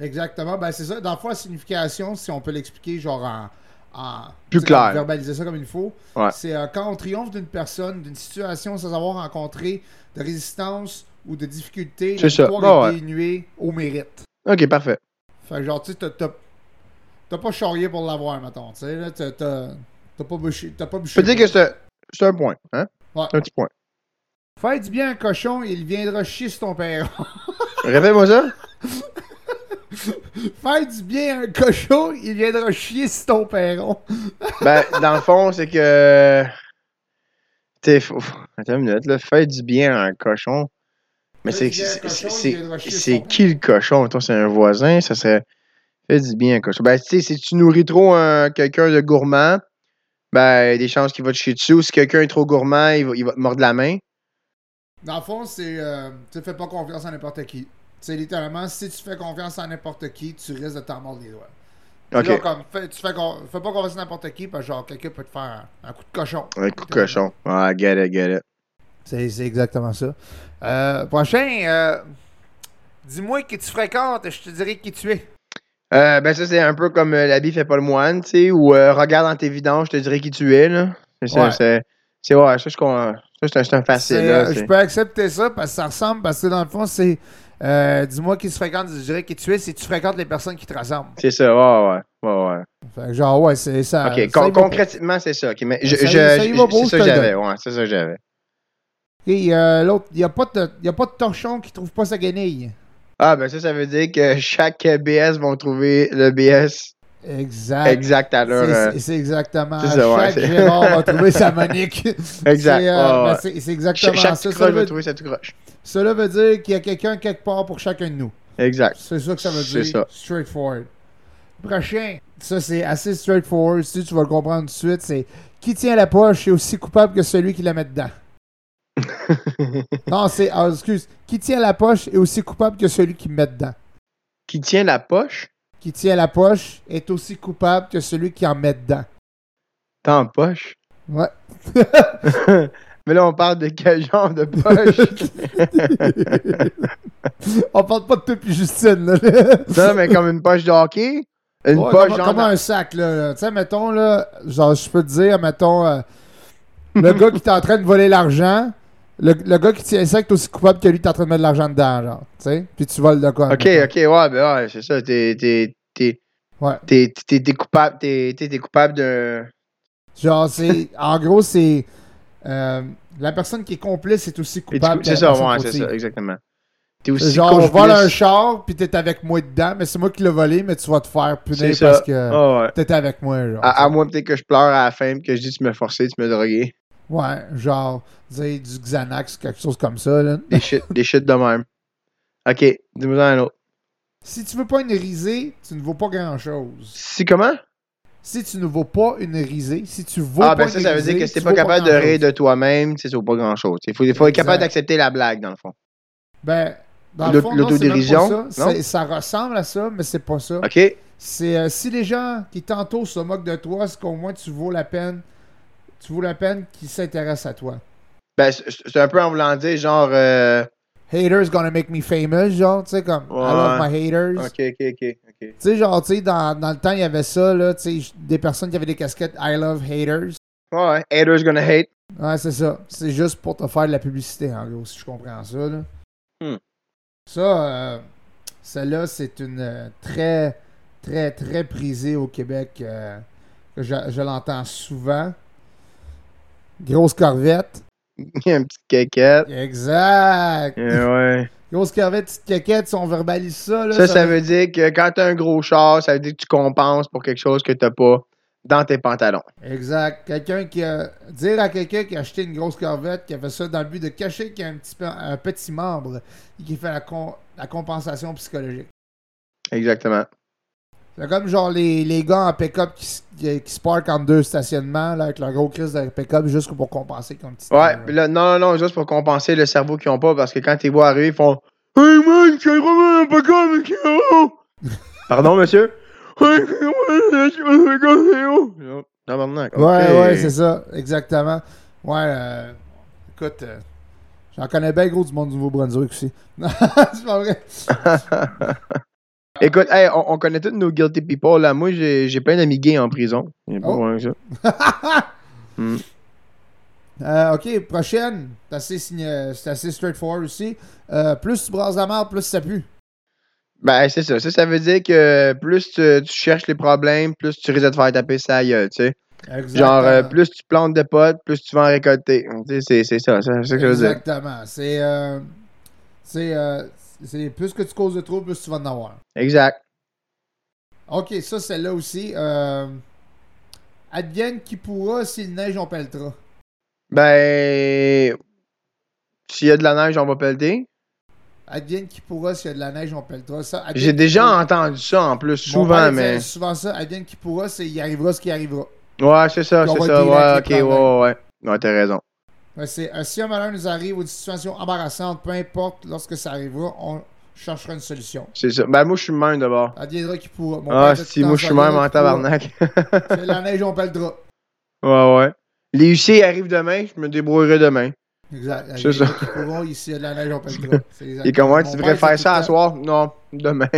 [SPEAKER 2] Exactement. Ben, c'est ça. Dans le fond, la signification, si on peut l'expliquer, genre en. en-
[SPEAKER 1] Plus
[SPEAKER 2] tu sais,
[SPEAKER 1] clair.
[SPEAKER 2] Verbaliser ça comme il faut.
[SPEAKER 1] Ouais.
[SPEAKER 2] C'est euh, quand on triomphe d'une personne, d'une situation sans avoir rencontré de résistance ou de difficulté, la
[SPEAKER 1] C'est ça. Ah
[SPEAKER 2] victoire
[SPEAKER 1] Ouais,
[SPEAKER 2] est
[SPEAKER 1] ouais.
[SPEAKER 2] dénuée au mérite.
[SPEAKER 1] Ok, parfait.
[SPEAKER 2] Fait que genre, tu sais, t'as- t'as t'as pas charrié pour l'avoir, mettons. Tu sais, là, t'as- t'as t'as pas bûché. T'as pas
[SPEAKER 1] Je
[SPEAKER 2] bûché.
[SPEAKER 1] peux dire que c'est c'est un point. Hein?
[SPEAKER 2] Ouais.
[SPEAKER 1] Un petit point.
[SPEAKER 2] Fais du bien à un cochon, il viendra chier sur ton père.
[SPEAKER 1] Répète-moi ça.
[SPEAKER 2] Fais du bien à un cochon, il viendra chier sur ton perron.
[SPEAKER 1] Ben, dans le fond, c'est que. T'es fou. Attends une minute, là. Fais du bien à un cochon. Mais c'est.
[SPEAKER 2] Fais du bien à un
[SPEAKER 1] c'est-
[SPEAKER 2] cochon,
[SPEAKER 1] c'est-
[SPEAKER 2] il viendra chier
[SPEAKER 1] C'est
[SPEAKER 2] sur
[SPEAKER 1] qui le cochon? Toi, c'est un voisin, ça serait. Fais du bien à un cochon. Ben, tu sais, si tu nourris trop un- quelqu'un de gourmand, ben, il y a des chances qu'il va te chier dessus. Ou si quelqu'un est trop gourmand, il va, il va te mordre la main.
[SPEAKER 2] Dans le fond, c'est. euh, tu fais pas confiance à n'importe qui. C'est littéralement, si tu fais confiance à n'importe qui, tu risques de t'en mordre les doigts.
[SPEAKER 1] Ok.
[SPEAKER 2] Là, comme, fais- tu fais, con- fais pas confiance à n'importe qui, parce que genre, quelqu'un peut te faire un, un coup de cochon.
[SPEAKER 1] Un coup de cochon. Ah, get it, get it.
[SPEAKER 2] C'est c'est exactement ça. Euh, prochain, euh, dis-moi qui tu fréquentes, je te dirai qui tu es.
[SPEAKER 1] Euh, ben, ça, c'est un peu comme euh, l'habit fait pas le moine, tu sais, ou euh, regarde dans tes vidanges, je te dirais qui tu es, là. C'est ça,
[SPEAKER 2] Ouais.
[SPEAKER 1] c'est. C'est ouais, ça, je con- ça, c'est un- c'est un facile,
[SPEAKER 2] C'est,
[SPEAKER 1] là.
[SPEAKER 2] euh, je
[SPEAKER 1] c'est-
[SPEAKER 2] peux accepter ça parce que ça ressemble, parce que dans le fond, c'est euh, dis-moi qui tu fréquentes, je dirai qui tu es, si tu fréquentes les personnes qui te ressemblent.
[SPEAKER 1] C'est ça, ouais, ouais. ouais, ouais.
[SPEAKER 2] Fait que genre, ouais, c'est ça.
[SPEAKER 1] Ok,
[SPEAKER 2] Ah, ça
[SPEAKER 1] con-
[SPEAKER 2] y va. Ben,
[SPEAKER 1] concrètement, c'est ça. ok, mais je-
[SPEAKER 2] Ça y-
[SPEAKER 1] je-
[SPEAKER 2] ça y
[SPEAKER 1] je-
[SPEAKER 2] va pour
[SPEAKER 1] c'est
[SPEAKER 2] où
[SPEAKER 1] ça
[SPEAKER 2] je
[SPEAKER 1] que
[SPEAKER 2] te le
[SPEAKER 1] j'avais, ouais, c'est ça que j'avais.
[SPEAKER 2] Et euh, l'autre, il n'y a, pas de- y a pas de torchon qui trouve pas sa guenille.
[SPEAKER 1] Ah, ben ça, ça veut dire que chaque BS vont trouver le BS
[SPEAKER 2] Exact.
[SPEAKER 1] exact à l'heure.
[SPEAKER 2] C'est-
[SPEAKER 1] euh,
[SPEAKER 2] C'est c'est exactement.
[SPEAKER 1] c'est ça, ouais,
[SPEAKER 2] Chaque
[SPEAKER 1] c'est-
[SPEAKER 2] Gérard va trouver sa manique.
[SPEAKER 1] Exact.
[SPEAKER 2] C'est euh,
[SPEAKER 1] ouais,
[SPEAKER 2] ben,
[SPEAKER 1] ouais.
[SPEAKER 2] c'est- c'est
[SPEAKER 1] Cha-
[SPEAKER 2] exactement
[SPEAKER 1] Chaque
[SPEAKER 2] ça.
[SPEAKER 1] petite
[SPEAKER 2] Ça
[SPEAKER 1] croche va
[SPEAKER 2] veut,
[SPEAKER 1] trouver cette croche.
[SPEAKER 2] cela veut dire qu'il y a quelqu'un quelque part pour chacun de nous.
[SPEAKER 1] Exact.
[SPEAKER 2] C'est ça que ça veut
[SPEAKER 1] C'est
[SPEAKER 2] dire.
[SPEAKER 1] ça.
[SPEAKER 2] Straightforward. Prochain. Ça, c'est assez straightforward. Si tu vas le comprendre tout de suite, c'est qui tient la poche est aussi coupable que celui qui la met dedans. Non, c'est. ah, excuse. Qui tient la poche est aussi coupable que celui qui met dedans.
[SPEAKER 1] Qui tient la poche?
[SPEAKER 2] Qui tient la poche est aussi coupable que celui qui en met dedans.
[SPEAKER 1] T'en poche?
[SPEAKER 2] Ouais.
[SPEAKER 1] Mais là, on parle de quel genre de poche?
[SPEAKER 2] On parle pas de toi puis Justine, là.
[SPEAKER 1] non, mais comme une poche de hockey? Une
[SPEAKER 2] Ouais,
[SPEAKER 1] poche
[SPEAKER 2] comme,
[SPEAKER 1] genre...
[SPEAKER 2] comme un sac, là. là. Tu sais, mettons, là, genre, je peux te dire, mettons, euh, le gars qui est en train de voler l'argent, le, le gars qui tient le sac, t'es aussi coupable que lui, t'es en train de mettre de l'argent dedans, genre. Tu sais, puis tu voles de quoi.
[SPEAKER 1] Ok,
[SPEAKER 2] mettons.
[SPEAKER 1] ok, ouais, ben ouais, c'est ça. T'es... t'es- t'es-
[SPEAKER 2] Ouais.
[SPEAKER 1] T'es t'es- t'es coupable, t'es t'es- t'es coupable de...
[SPEAKER 2] Genre, c'est. en gros, c'est. euh, la personne qui est complice est aussi
[SPEAKER 1] Et tu-
[SPEAKER 2] coupable. que
[SPEAKER 1] C'est
[SPEAKER 2] la
[SPEAKER 1] ça,
[SPEAKER 2] personne
[SPEAKER 1] ouais, c'est
[SPEAKER 2] fautive.
[SPEAKER 1] ça, exactement. T'es
[SPEAKER 2] C'est
[SPEAKER 1] aussi
[SPEAKER 2] Genre, on
[SPEAKER 1] complice.
[SPEAKER 2] vole un char, puis t'es avec moi dedans, mais c'est moi qui l'ai volé, mais tu vas te faire punir
[SPEAKER 1] C'est ça.
[SPEAKER 2] parce que
[SPEAKER 1] Ah ouais.
[SPEAKER 2] t'étais avec moi. Genre.
[SPEAKER 1] À, à moi, peut-être que je pleure à la fin, pis que je dis tu m'as forcé, tu m'as drogué.
[SPEAKER 2] Ouais, genre, dire du Xanax, quelque chose comme ça. Là.
[SPEAKER 1] Des shit, des shit de même. Ok, dis-moi un autre.
[SPEAKER 2] Si tu veux pas une risée, tu ne vaux pas grand-chose.
[SPEAKER 1] Si comment?
[SPEAKER 2] Si tu ne vaux pas une risée, si tu vaux
[SPEAKER 1] Ah,
[SPEAKER 2] pas
[SPEAKER 1] ben
[SPEAKER 2] une
[SPEAKER 1] ça, ça veut
[SPEAKER 2] risée,
[SPEAKER 1] dire que si t'es
[SPEAKER 2] tu
[SPEAKER 1] pas
[SPEAKER 2] vaux
[SPEAKER 1] capable de
[SPEAKER 2] grand-chose.
[SPEAKER 1] rire de toi-même, tu sais, c'est pas grand-chose. Il faut, faut être
[SPEAKER 2] Exact.
[SPEAKER 1] capable d'accepter la blague, dans le fond.
[SPEAKER 2] Ben, dans le
[SPEAKER 1] L'aut-
[SPEAKER 2] fond, non, c'est même pas
[SPEAKER 1] l'autodérision,
[SPEAKER 2] ça.
[SPEAKER 1] non?
[SPEAKER 2] C'est- Ça ressemble à ça, mais c'est pas ça.
[SPEAKER 1] Ok?
[SPEAKER 2] C'est euh, si les gens qui tantôt se moquent de toi, c'est qu'au moins tu vaux la peine. Tu vaux la peine qu'ils s'intéressent à toi.
[SPEAKER 1] Ben, c'est- c'est un peu en voulant dire, genre. euh,
[SPEAKER 2] Haters gonna make me famous, genre, tu sais, comme I love
[SPEAKER 1] Ouais.
[SPEAKER 2] my haters.
[SPEAKER 1] Ok, ok, ok. ok.
[SPEAKER 2] Tu sais, genre, tu sais, dans, dans le temps, il y avait ça, là, tu sais, j- des personnes qui avaient des casquettes I love haters.
[SPEAKER 1] Ouais, haters gonna hate.
[SPEAKER 2] Ouais, c'est ça. C'est juste pour te faire de la publicité, en gros, si je comprends ça. Là.
[SPEAKER 1] Hmm.
[SPEAKER 2] Ça, euh, celle-là, c'est une euh, très, très, très prisée au Québec. euh, que je je l'entends souvent. Grosse corvette.
[SPEAKER 1] un petit caquette.
[SPEAKER 2] Exact.
[SPEAKER 1] Euh, ouais.
[SPEAKER 2] Grosse corvette, petite caquette, si on verbalise ça. Là,
[SPEAKER 1] Ça, ça
[SPEAKER 2] veut-
[SPEAKER 1] veut dire que quand t'as un gros char, ça veut dire que tu compenses pour quelque chose que t'as pas dans tes pantalons.
[SPEAKER 2] Exact. Quelqu'un qui a. Dire à quelqu'un qui a acheté une grosse corvette, qui a fait ça dans le but de cacher qu'il y a un petit, pe- un petit membre et qui fait la, con- la compensation psychologique.
[SPEAKER 1] Exactement.
[SPEAKER 2] C'est comme genre les, les gars en pick-up qui, s- qui, qui se parkent en deux stationnements là, avec leur gros crise de pick-up juste pour compenser comme petit.
[SPEAKER 1] Ouais, puis là, non, non, non, juste pour compenser le cerveau qu'ils ont pas, parce que quand ils voient arriver, ils font Hey man, c'est vraiment un peu comme un kilo! Pardon, monsieur? Hey, c'est vraiment un peu comme un kilo! Non, tabarnak, ok.
[SPEAKER 2] Ouais, ouais, c'est ça, exactement. Ouais, euh, écoute, euh, j'en connais bien gros du monde du Nouveau-Brunswick aussi. Non, c'est pas vrai.
[SPEAKER 1] Écoute, hey, on, on connaît tous nos guilty people, là. Moi, j'ai j'ai plein d'amis gays en prison. Il est pas
[SPEAKER 2] Oh.
[SPEAKER 1] loin que ça.
[SPEAKER 2] Euh, ok, prochaine. C'est assez, signe- c'est assez straightforward aussi. Euh, plus tu brasses la merde, plus ça pue.
[SPEAKER 1] Ben, c'est ça. Ça, ça veut dire que plus tu, tu cherches les problèmes, plus tu risques de te faire taper ça gueule, tu sais. Genre, euh, plus tu plantes de potes, plus tu vas en récolter. Tu sais, c'est- c'est ça. C'est ça que je veux dire.
[SPEAKER 2] Exactement. C'est euh, c'est euh, c'est plus que tu causes de trop, plus tu vas en avoir.
[SPEAKER 1] Exact.
[SPEAKER 2] Ok, ça, celle-là aussi. Euh, advienne qui pourra, s'il neige, on pèlera.
[SPEAKER 1] Ben. S'il y a de la neige, on va pelleter.
[SPEAKER 2] Advienne qui pourra, s'il y a de la neige, on pèlera. Ça, advienne
[SPEAKER 1] J'ai
[SPEAKER 2] qui
[SPEAKER 1] déjà
[SPEAKER 2] pourra-
[SPEAKER 1] entendu ça en plus,
[SPEAKER 2] Mon père
[SPEAKER 1] souvent,
[SPEAKER 2] disait
[SPEAKER 1] mais.
[SPEAKER 2] souvent ça, advienne qui pourra, c'est il arrivera ce qui arrivera.
[SPEAKER 1] Ouais, c'est ça,
[SPEAKER 2] Puis on
[SPEAKER 1] c'est
[SPEAKER 2] va
[SPEAKER 1] ça.
[SPEAKER 2] dealer avec
[SPEAKER 1] Ouais,
[SPEAKER 2] les
[SPEAKER 1] ok, ouais, ouais, ouais. Ouais, t'as raison.
[SPEAKER 2] Ouais, c'est, euh, si un malheur nous arrive ou une situation embarrassante, peu importe, lorsque ça arrivera, on cherchera une solution.
[SPEAKER 1] C'est ça. Ben, moi, je suis même d'abord.
[SPEAKER 2] Adviendra qui pourra. Mon père
[SPEAKER 1] Ah,
[SPEAKER 2] dit tout
[SPEAKER 1] si,
[SPEAKER 2] le temps
[SPEAKER 1] moi, je
[SPEAKER 2] ça,
[SPEAKER 1] suis même
[SPEAKER 2] adviendra
[SPEAKER 1] en
[SPEAKER 2] qui pourra.
[SPEAKER 1] tabarnak.
[SPEAKER 2] C'est la neige, on pèlera.
[SPEAKER 1] Ouais, ouais. Les huissiers arrivent demain, je me débrouillerai demain.
[SPEAKER 2] Ben, Exact.
[SPEAKER 1] C'est ça.
[SPEAKER 2] Qui pourra, ici, il y a de la neige, on pèlera. C'est exact.
[SPEAKER 1] Et comment
[SPEAKER 2] Mon
[SPEAKER 1] tu
[SPEAKER 2] père
[SPEAKER 1] devrais
[SPEAKER 2] dit tout
[SPEAKER 1] faire
[SPEAKER 2] le
[SPEAKER 1] ça à
[SPEAKER 2] temps-
[SPEAKER 1] soir? Non, demain.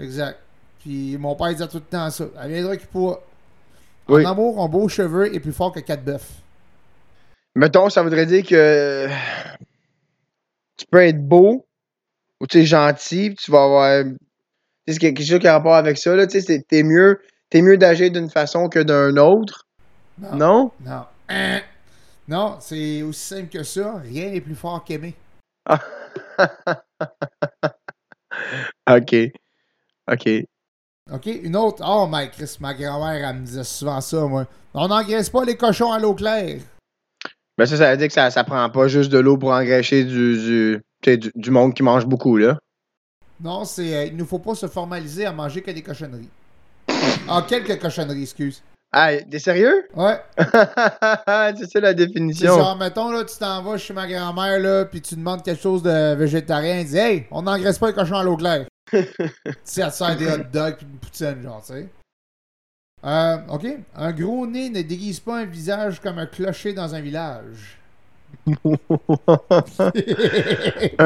[SPEAKER 2] Exact. Puis mon père disait tout le temps ça. Adviendra qui pourra.
[SPEAKER 1] Oui.
[SPEAKER 2] En amour, un beau cheveux est plus fort que quatre bœufs.
[SPEAKER 1] Mettons, ça voudrait dire que tu peux être beau ou tu es gentil, puis tu vas avoir. Tu sais, c'est quelque chose qui a rapport avec ça, là. Tu sais, c'est- t'es mieux, t'es mieux d'agir d'une façon que d'un autre.
[SPEAKER 2] Non.
[SPEAKER 1] Non?
[SPEAKER 2] Non. Hein? Non, c'est aussi simple que ça. Rien n'est plus fort qu'aimer.
[SPEAKER 1] Ok. Ok.
[SPEAKER 2] OK, une autre. Oh, my Chris, ma grand-mère, elle me disait souvent ça, moi. On n'engraisse pas les cochons à l'eau claire.
[SPEAKER 1] Ben, ça, ça veut dire que ça, ça prend pas juste de l'eau pour engraisser du, du, tu sais, du, du monde qui mange beaucoup, là.
[SPEAKER 2] Non, c'est. euh, il ne faut pas se formaliser à manger que des cochonneries. Ah, quelques cochonneries, excuse.
[SPEAKER 1] Ah, t'es sérieux?
[SPEAKER 2] Ouais.
[SPEAKER 1] c'est ça la
[SPEAKER 2] C'est
[SPEAKER 1] définition.
[SPEAKER 2] genre, mettons, là, tu t'en vas chez ma grand-mère, là, puis tu demandes quelque chose de végétarien. Elle dit, hey, on n'engraisse pas les cochons à l'eau claire. tu sais, elle te sert des hot dogs puis une poutine, genre, tu sais. Euh, OK. Un gros nez ne déguise pas un visage comme un clocher dans un village.
[SPEAKER 1] Un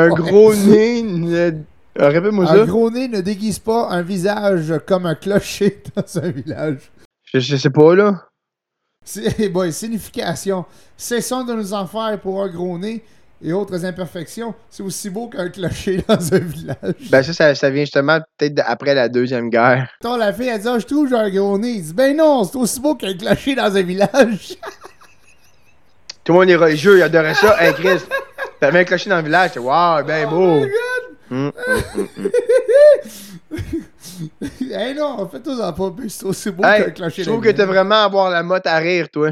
[SPEAKER 2] Ouais.
[SPEAKER 1] gros nez. ne- Euh, Répète-moi
[SPEAKER 2] Un
[SPEAKER 1] ça.
[SPEAKER 2] gros nez ne déguise pas un visage comme un clocher dans un village.
[SPEAKER 1] Je, je sais pas, là.
[SPEAKER 2] C'est bon, signification. Cessons de nous en faire pour un gros nez et autres imperfections. C'est aussi beau qu'un clocher dans un village.
[SPEAKER 1] Ben, ça, ça, ça vient justement peut-être d- après la Deuxième Guerre.
[SPEAKER 2] Quand la fille a dit Ah, Je trouve que j'ai un gros nez. Il dit Ben non, c'est aussi beau qu'un clocher dans un village. Oh,
[SPEAKER 1] Tout le monde est religieux, il adorait ça. Hey, Chris, t'avais un clocher dans le village. C'est wow, ben beau.
[SPEAKER 2] my God!
[SPEAKER 1] Mm, mm, mm, mm.
[SPEAKER 2] hey non, fais-toi dans pas bus, c'est aussi beau
[SPEAKER 1] Hey,
[SPEAKER 2] que clocher
[SPEAKER 1] Je trouve que t'as vraiment à avoir la motte à rire, toi.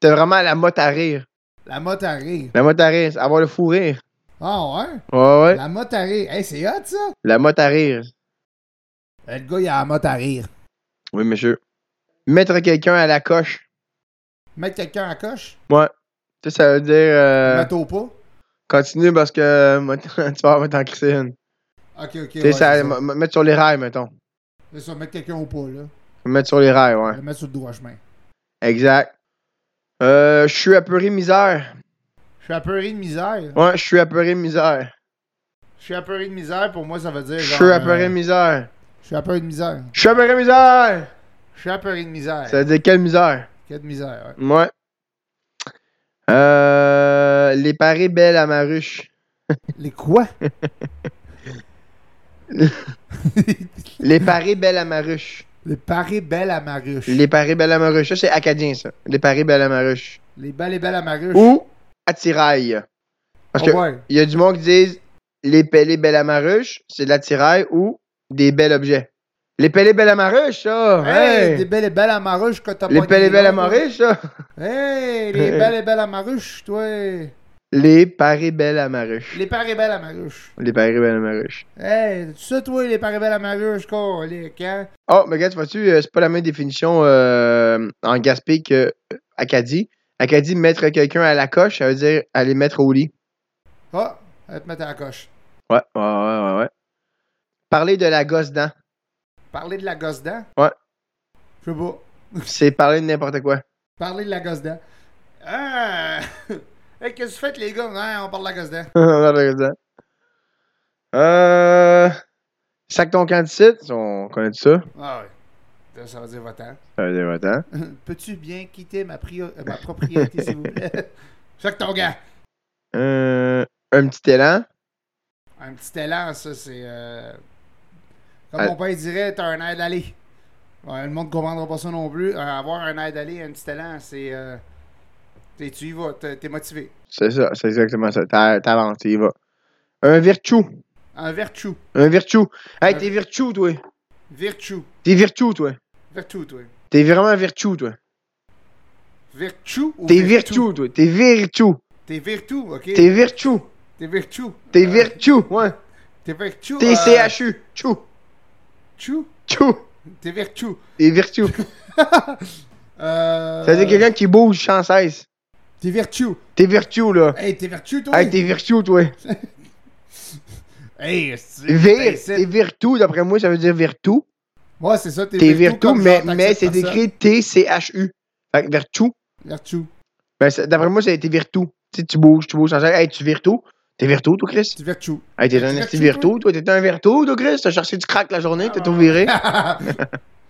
[SPEAKER 1] T'as vraiment la motte à rire.
[SPEAKER 2] La motte à rire.
[SPEAKER 1] La motte à rire, c'est avoir le fou rire.
[SPEAKER 2] Ah ouais?
[SPEAKER 1] Ouais, ouais.
[SPEAKER 2] La motte à rire. Hey, c'est hot ça?
[SPEAKER 1] La motte à rire.
[SPEAKER 2] Euh, Le gars, il a la motte à rire.
[SPEAKER 1] Oui, monsieur. Mettre quelqu'un à la coche.
[SPEAKER 2] Mettre quelqu'un à coche?
[SPEAKER 1] Ouais. Tu sais, ça veut dire. euh,
[SPEAKER 2] Mettre au pas?
[SPEAKER 1] continue parce que euh, moi, tu vas avoir t'en crisser une.
[SPEAKER 2] Ok, ok.
[SPEAKER 1] Tu sais,
[SPEAKER 2] ouais,
[SPEAKER 1] ça-
[SPEAKER 2] c'est
[SPEAKER 1] m- m- mettre sur les rails, mettons.
[SPEAKER 2] C'est ça, mettre quelqu'un au pas, là.
[SPEAKER 1] Mettre sur les rails, ouais.
[SPEAKER 2] Le mettre sur le droit chemin.
[SPEAKER 1] Exact. Euh, je suis apeuré misère.
[SPEAKER 2] Je suis apeuré de misère.
[SPEAKER 1] Ouais, je suis apeuré misère.
[SPEAKER 2] Je suis apeuré de misère, pour moi, ça veut dire.
[SPEAKER 1] Je
[SPEAKER 2] genre,
[SPEAKER 1] suis
[SPEAKER 2] euh,
[SPEAKER 1] apeuré misère.
[SPEAKER 2] Je suis apeuré de misère.
[SPEAKER 1] Je suis apeuré misère!
[SPEAKER 2] Je suis apeuré de misère.
[SPEAKER 1] Ça veut dire quelle misère?
[SPEAKER 2] Quelle misère, ouais.
[SPEAKER 1] Ouais. Euh, les paris belles à ma ruche.
[SPEAKER 2] Les quoi?
[SPEAKER 1] Les paris belles à ma ruche.
[SPEAKER 2] Les paris belles à ma ruche.
[SPEAKER 1] Les paris belles à ma ruche. Ça, c'est acadien, ça. Les paris belles à ma ruche.
[SPEAKER 2] Les balles et belles à ma ruche.
[SPEAKER 1] Ou attirail. Parce
[SPEAKER 2] Ah
[SPEAKER 1] que
[SPEAKER 2] ouais.
[SPEAKER 1] il y a du monde qui disent les pellets belles à ma ruche, c'est de l'attirail ou des bels objets. Les pellets belles à ma ruche, ça!
[SPEAKER 2] Hey,
[SPEAKER 1] hey!
[SPEAKER 2] des belles et belles à ma ruche quand t'as
[SPEAKER 1] Les
[SPEAKER 2] pogné
[SPEAKER 1] pellets belles à ma
[SPEAKER 2] l'autre.
[SPEAKER 1] ruche, ça!
[SPEAKER 2] Hey, les
[SPEAKER 1] Hey.
[SPEAKER 2] belles et belles à ma ruche, toi. Les
[SPEAKER 1] Les paris belles à ma ruche.
[SPEAKER 2] paris et belles à ma ruche.
[SPEAKER 1] Les paris belles à ma ruche.
[SPEAKER 2] Hey, tu sais, toi, les paris et belles à hein? ma ruche, quoi, les quand?
[SPEAKER 1] Oh, mais regarde, vois-tu, euh, c'est pas la même définition euh, en Gaspé que euh, Acadie. Acadie, mettre quelqu'un à la coche, ça veut dire aller mettre au lit.
[SPEAKER 2] Ah, elle te mettre à la coche.
[SPEAKER 1] Ouais, ouais, ouais, ouais, ouais. Parler de la gosse dent,
[SPEAKER 2] Parler de la gosse dent?
[SPEAKER 1] Ouais.
[SPEAKER 2] Je sais pas.
[SPEAKER 1] c'est parler de n'importe quoi.
[SPEAKER 2] Parler de la gosse dent. Ah! hey, qu'est-ce que vous faites, les gars? Non, on parle de la gosse dent.
[SPEAKER 1] Malheureusement. Euh. Sac ton camp de site, on connaît tout ça.
[SPEAKER 2] Ah ouais. Ça, ça veut dire votant.
[SPEAKER 1] Ça veut dire autant.
[SPEAKER 2] Peux-tu bien quitter ma, prio- euh, ma propriété, s'il vous plaît? Chaque ton gars.
[SPEAKER 1] Euh, un petit élan.
[SPEAKER 2] Un petit élan, ça, c'est. euh, Comme
[SPEAKER 1] Ah.
[SPEAKER 2] mon père dirait, t'as un air d'aller. Ouais, le monde ne comprendra pas ça non plus. Euh, avoir un air d'aller, un petit élan, c'est. euh, t'es- tu y vas, t'es t'es motivé.
[SPEAKER 1] C'est ça, c'est exactement ça. T'a- T'avances, tu y vas. Un virtu.
[SPEAKER 2] Un vertu.
[SPEAKER 1] Un virtu. Hey,
[SPEAKER 2] Un-
[SPEAKER 1] t'es virtu, toi.
[SPEAKER 2] Virtu.
[SPEAKER 1] T'es virtu, toi.
[SPEAKER 2] Vertu, toi.
[SPEAKER 1] T'es vraiment virtu, toi.
[SPEAKER 2] Vertu ou
[SPEAKER 1] T'es
[SPEAKER 2] vertu?
[SPEAKER 1] virtu, toi. T'es virtu.
[SPEAKER 2] T'es vertu, ok?
[SPEAKER 1] T'es virtu.
[SPEAKER 2] T'es vertu.
[SPEAKER 1] T'es
[SPEAKER 2] Euh,
[SPEAKER 1] virtu. Ouais.
[SPEAKER 2] T'es vertu.
[SPEAKER 1] T'es
[SPEAKER 2] euh,
[SPEAKER 1] CHU. Tchou.
[SPEAKER 2] Chou.
[SPEAKER 1] Tchou.
[SPEAKER 2] T'es vertu.
[SPEAKER 1] T'es virtu.
[SPEAKER 2] Euh,
[SPEAKER 1] Ça veut dire quelqu'un qui bouge sans cesse.
[SPEAKER 2] T'es vertu.
[SPEAKER 1] T'es virtu, là.
[SPEAKER 2] Hey, t'es vertu, toi?
[SPEAKER 1] Hey, Ah, t'es virtu, toi.
[SPEAKER 2] Hey, c'est-
[SPEAKER 1] Vir,
[SPEAKER 2] c'est-
[SPEAKER 1] t'es virtu, d'après moi, ça veut dire virtu.
[SPEAKER 2] Ouais, c'est ça, t'es
[SPEAKER 1] T'es
[SPEAKER 2] vertu
[SPEAKER 1] virtu,
[SPEAKER 2] comme
[SPEAKER 1] mais,
[SPEAKER 2] genre,
[SPEAKER 1] mais
[SPEAKER 2] t'acceptes
[SPEAKER 1] c'est
[SPEAKER 2] personne.
[SPEAKER 1] écrit T-C-H-U. Fait que virtu,
[SPEAKER 2] Vertu.
[SPEAKER 1] ben, c'est- d'après moi, ça a été virtu. Tu sais, tu bouges, tu bouges sans cesse. Hey, tu virtu. T'es virtu, toi, Chris?
[SPEAKER 2] T'es vertu.
[SPEAKER 1] Hey, t'es un
[SPEAKER 2] T'es
[SPEAKER 1] petit
[SPEAKER 2] virtu, Ah,
[SPEAKER 1] virtu, toi. T'es un virtu, toi, Chris? T'as cherché du crack la journée, t'as tout viré.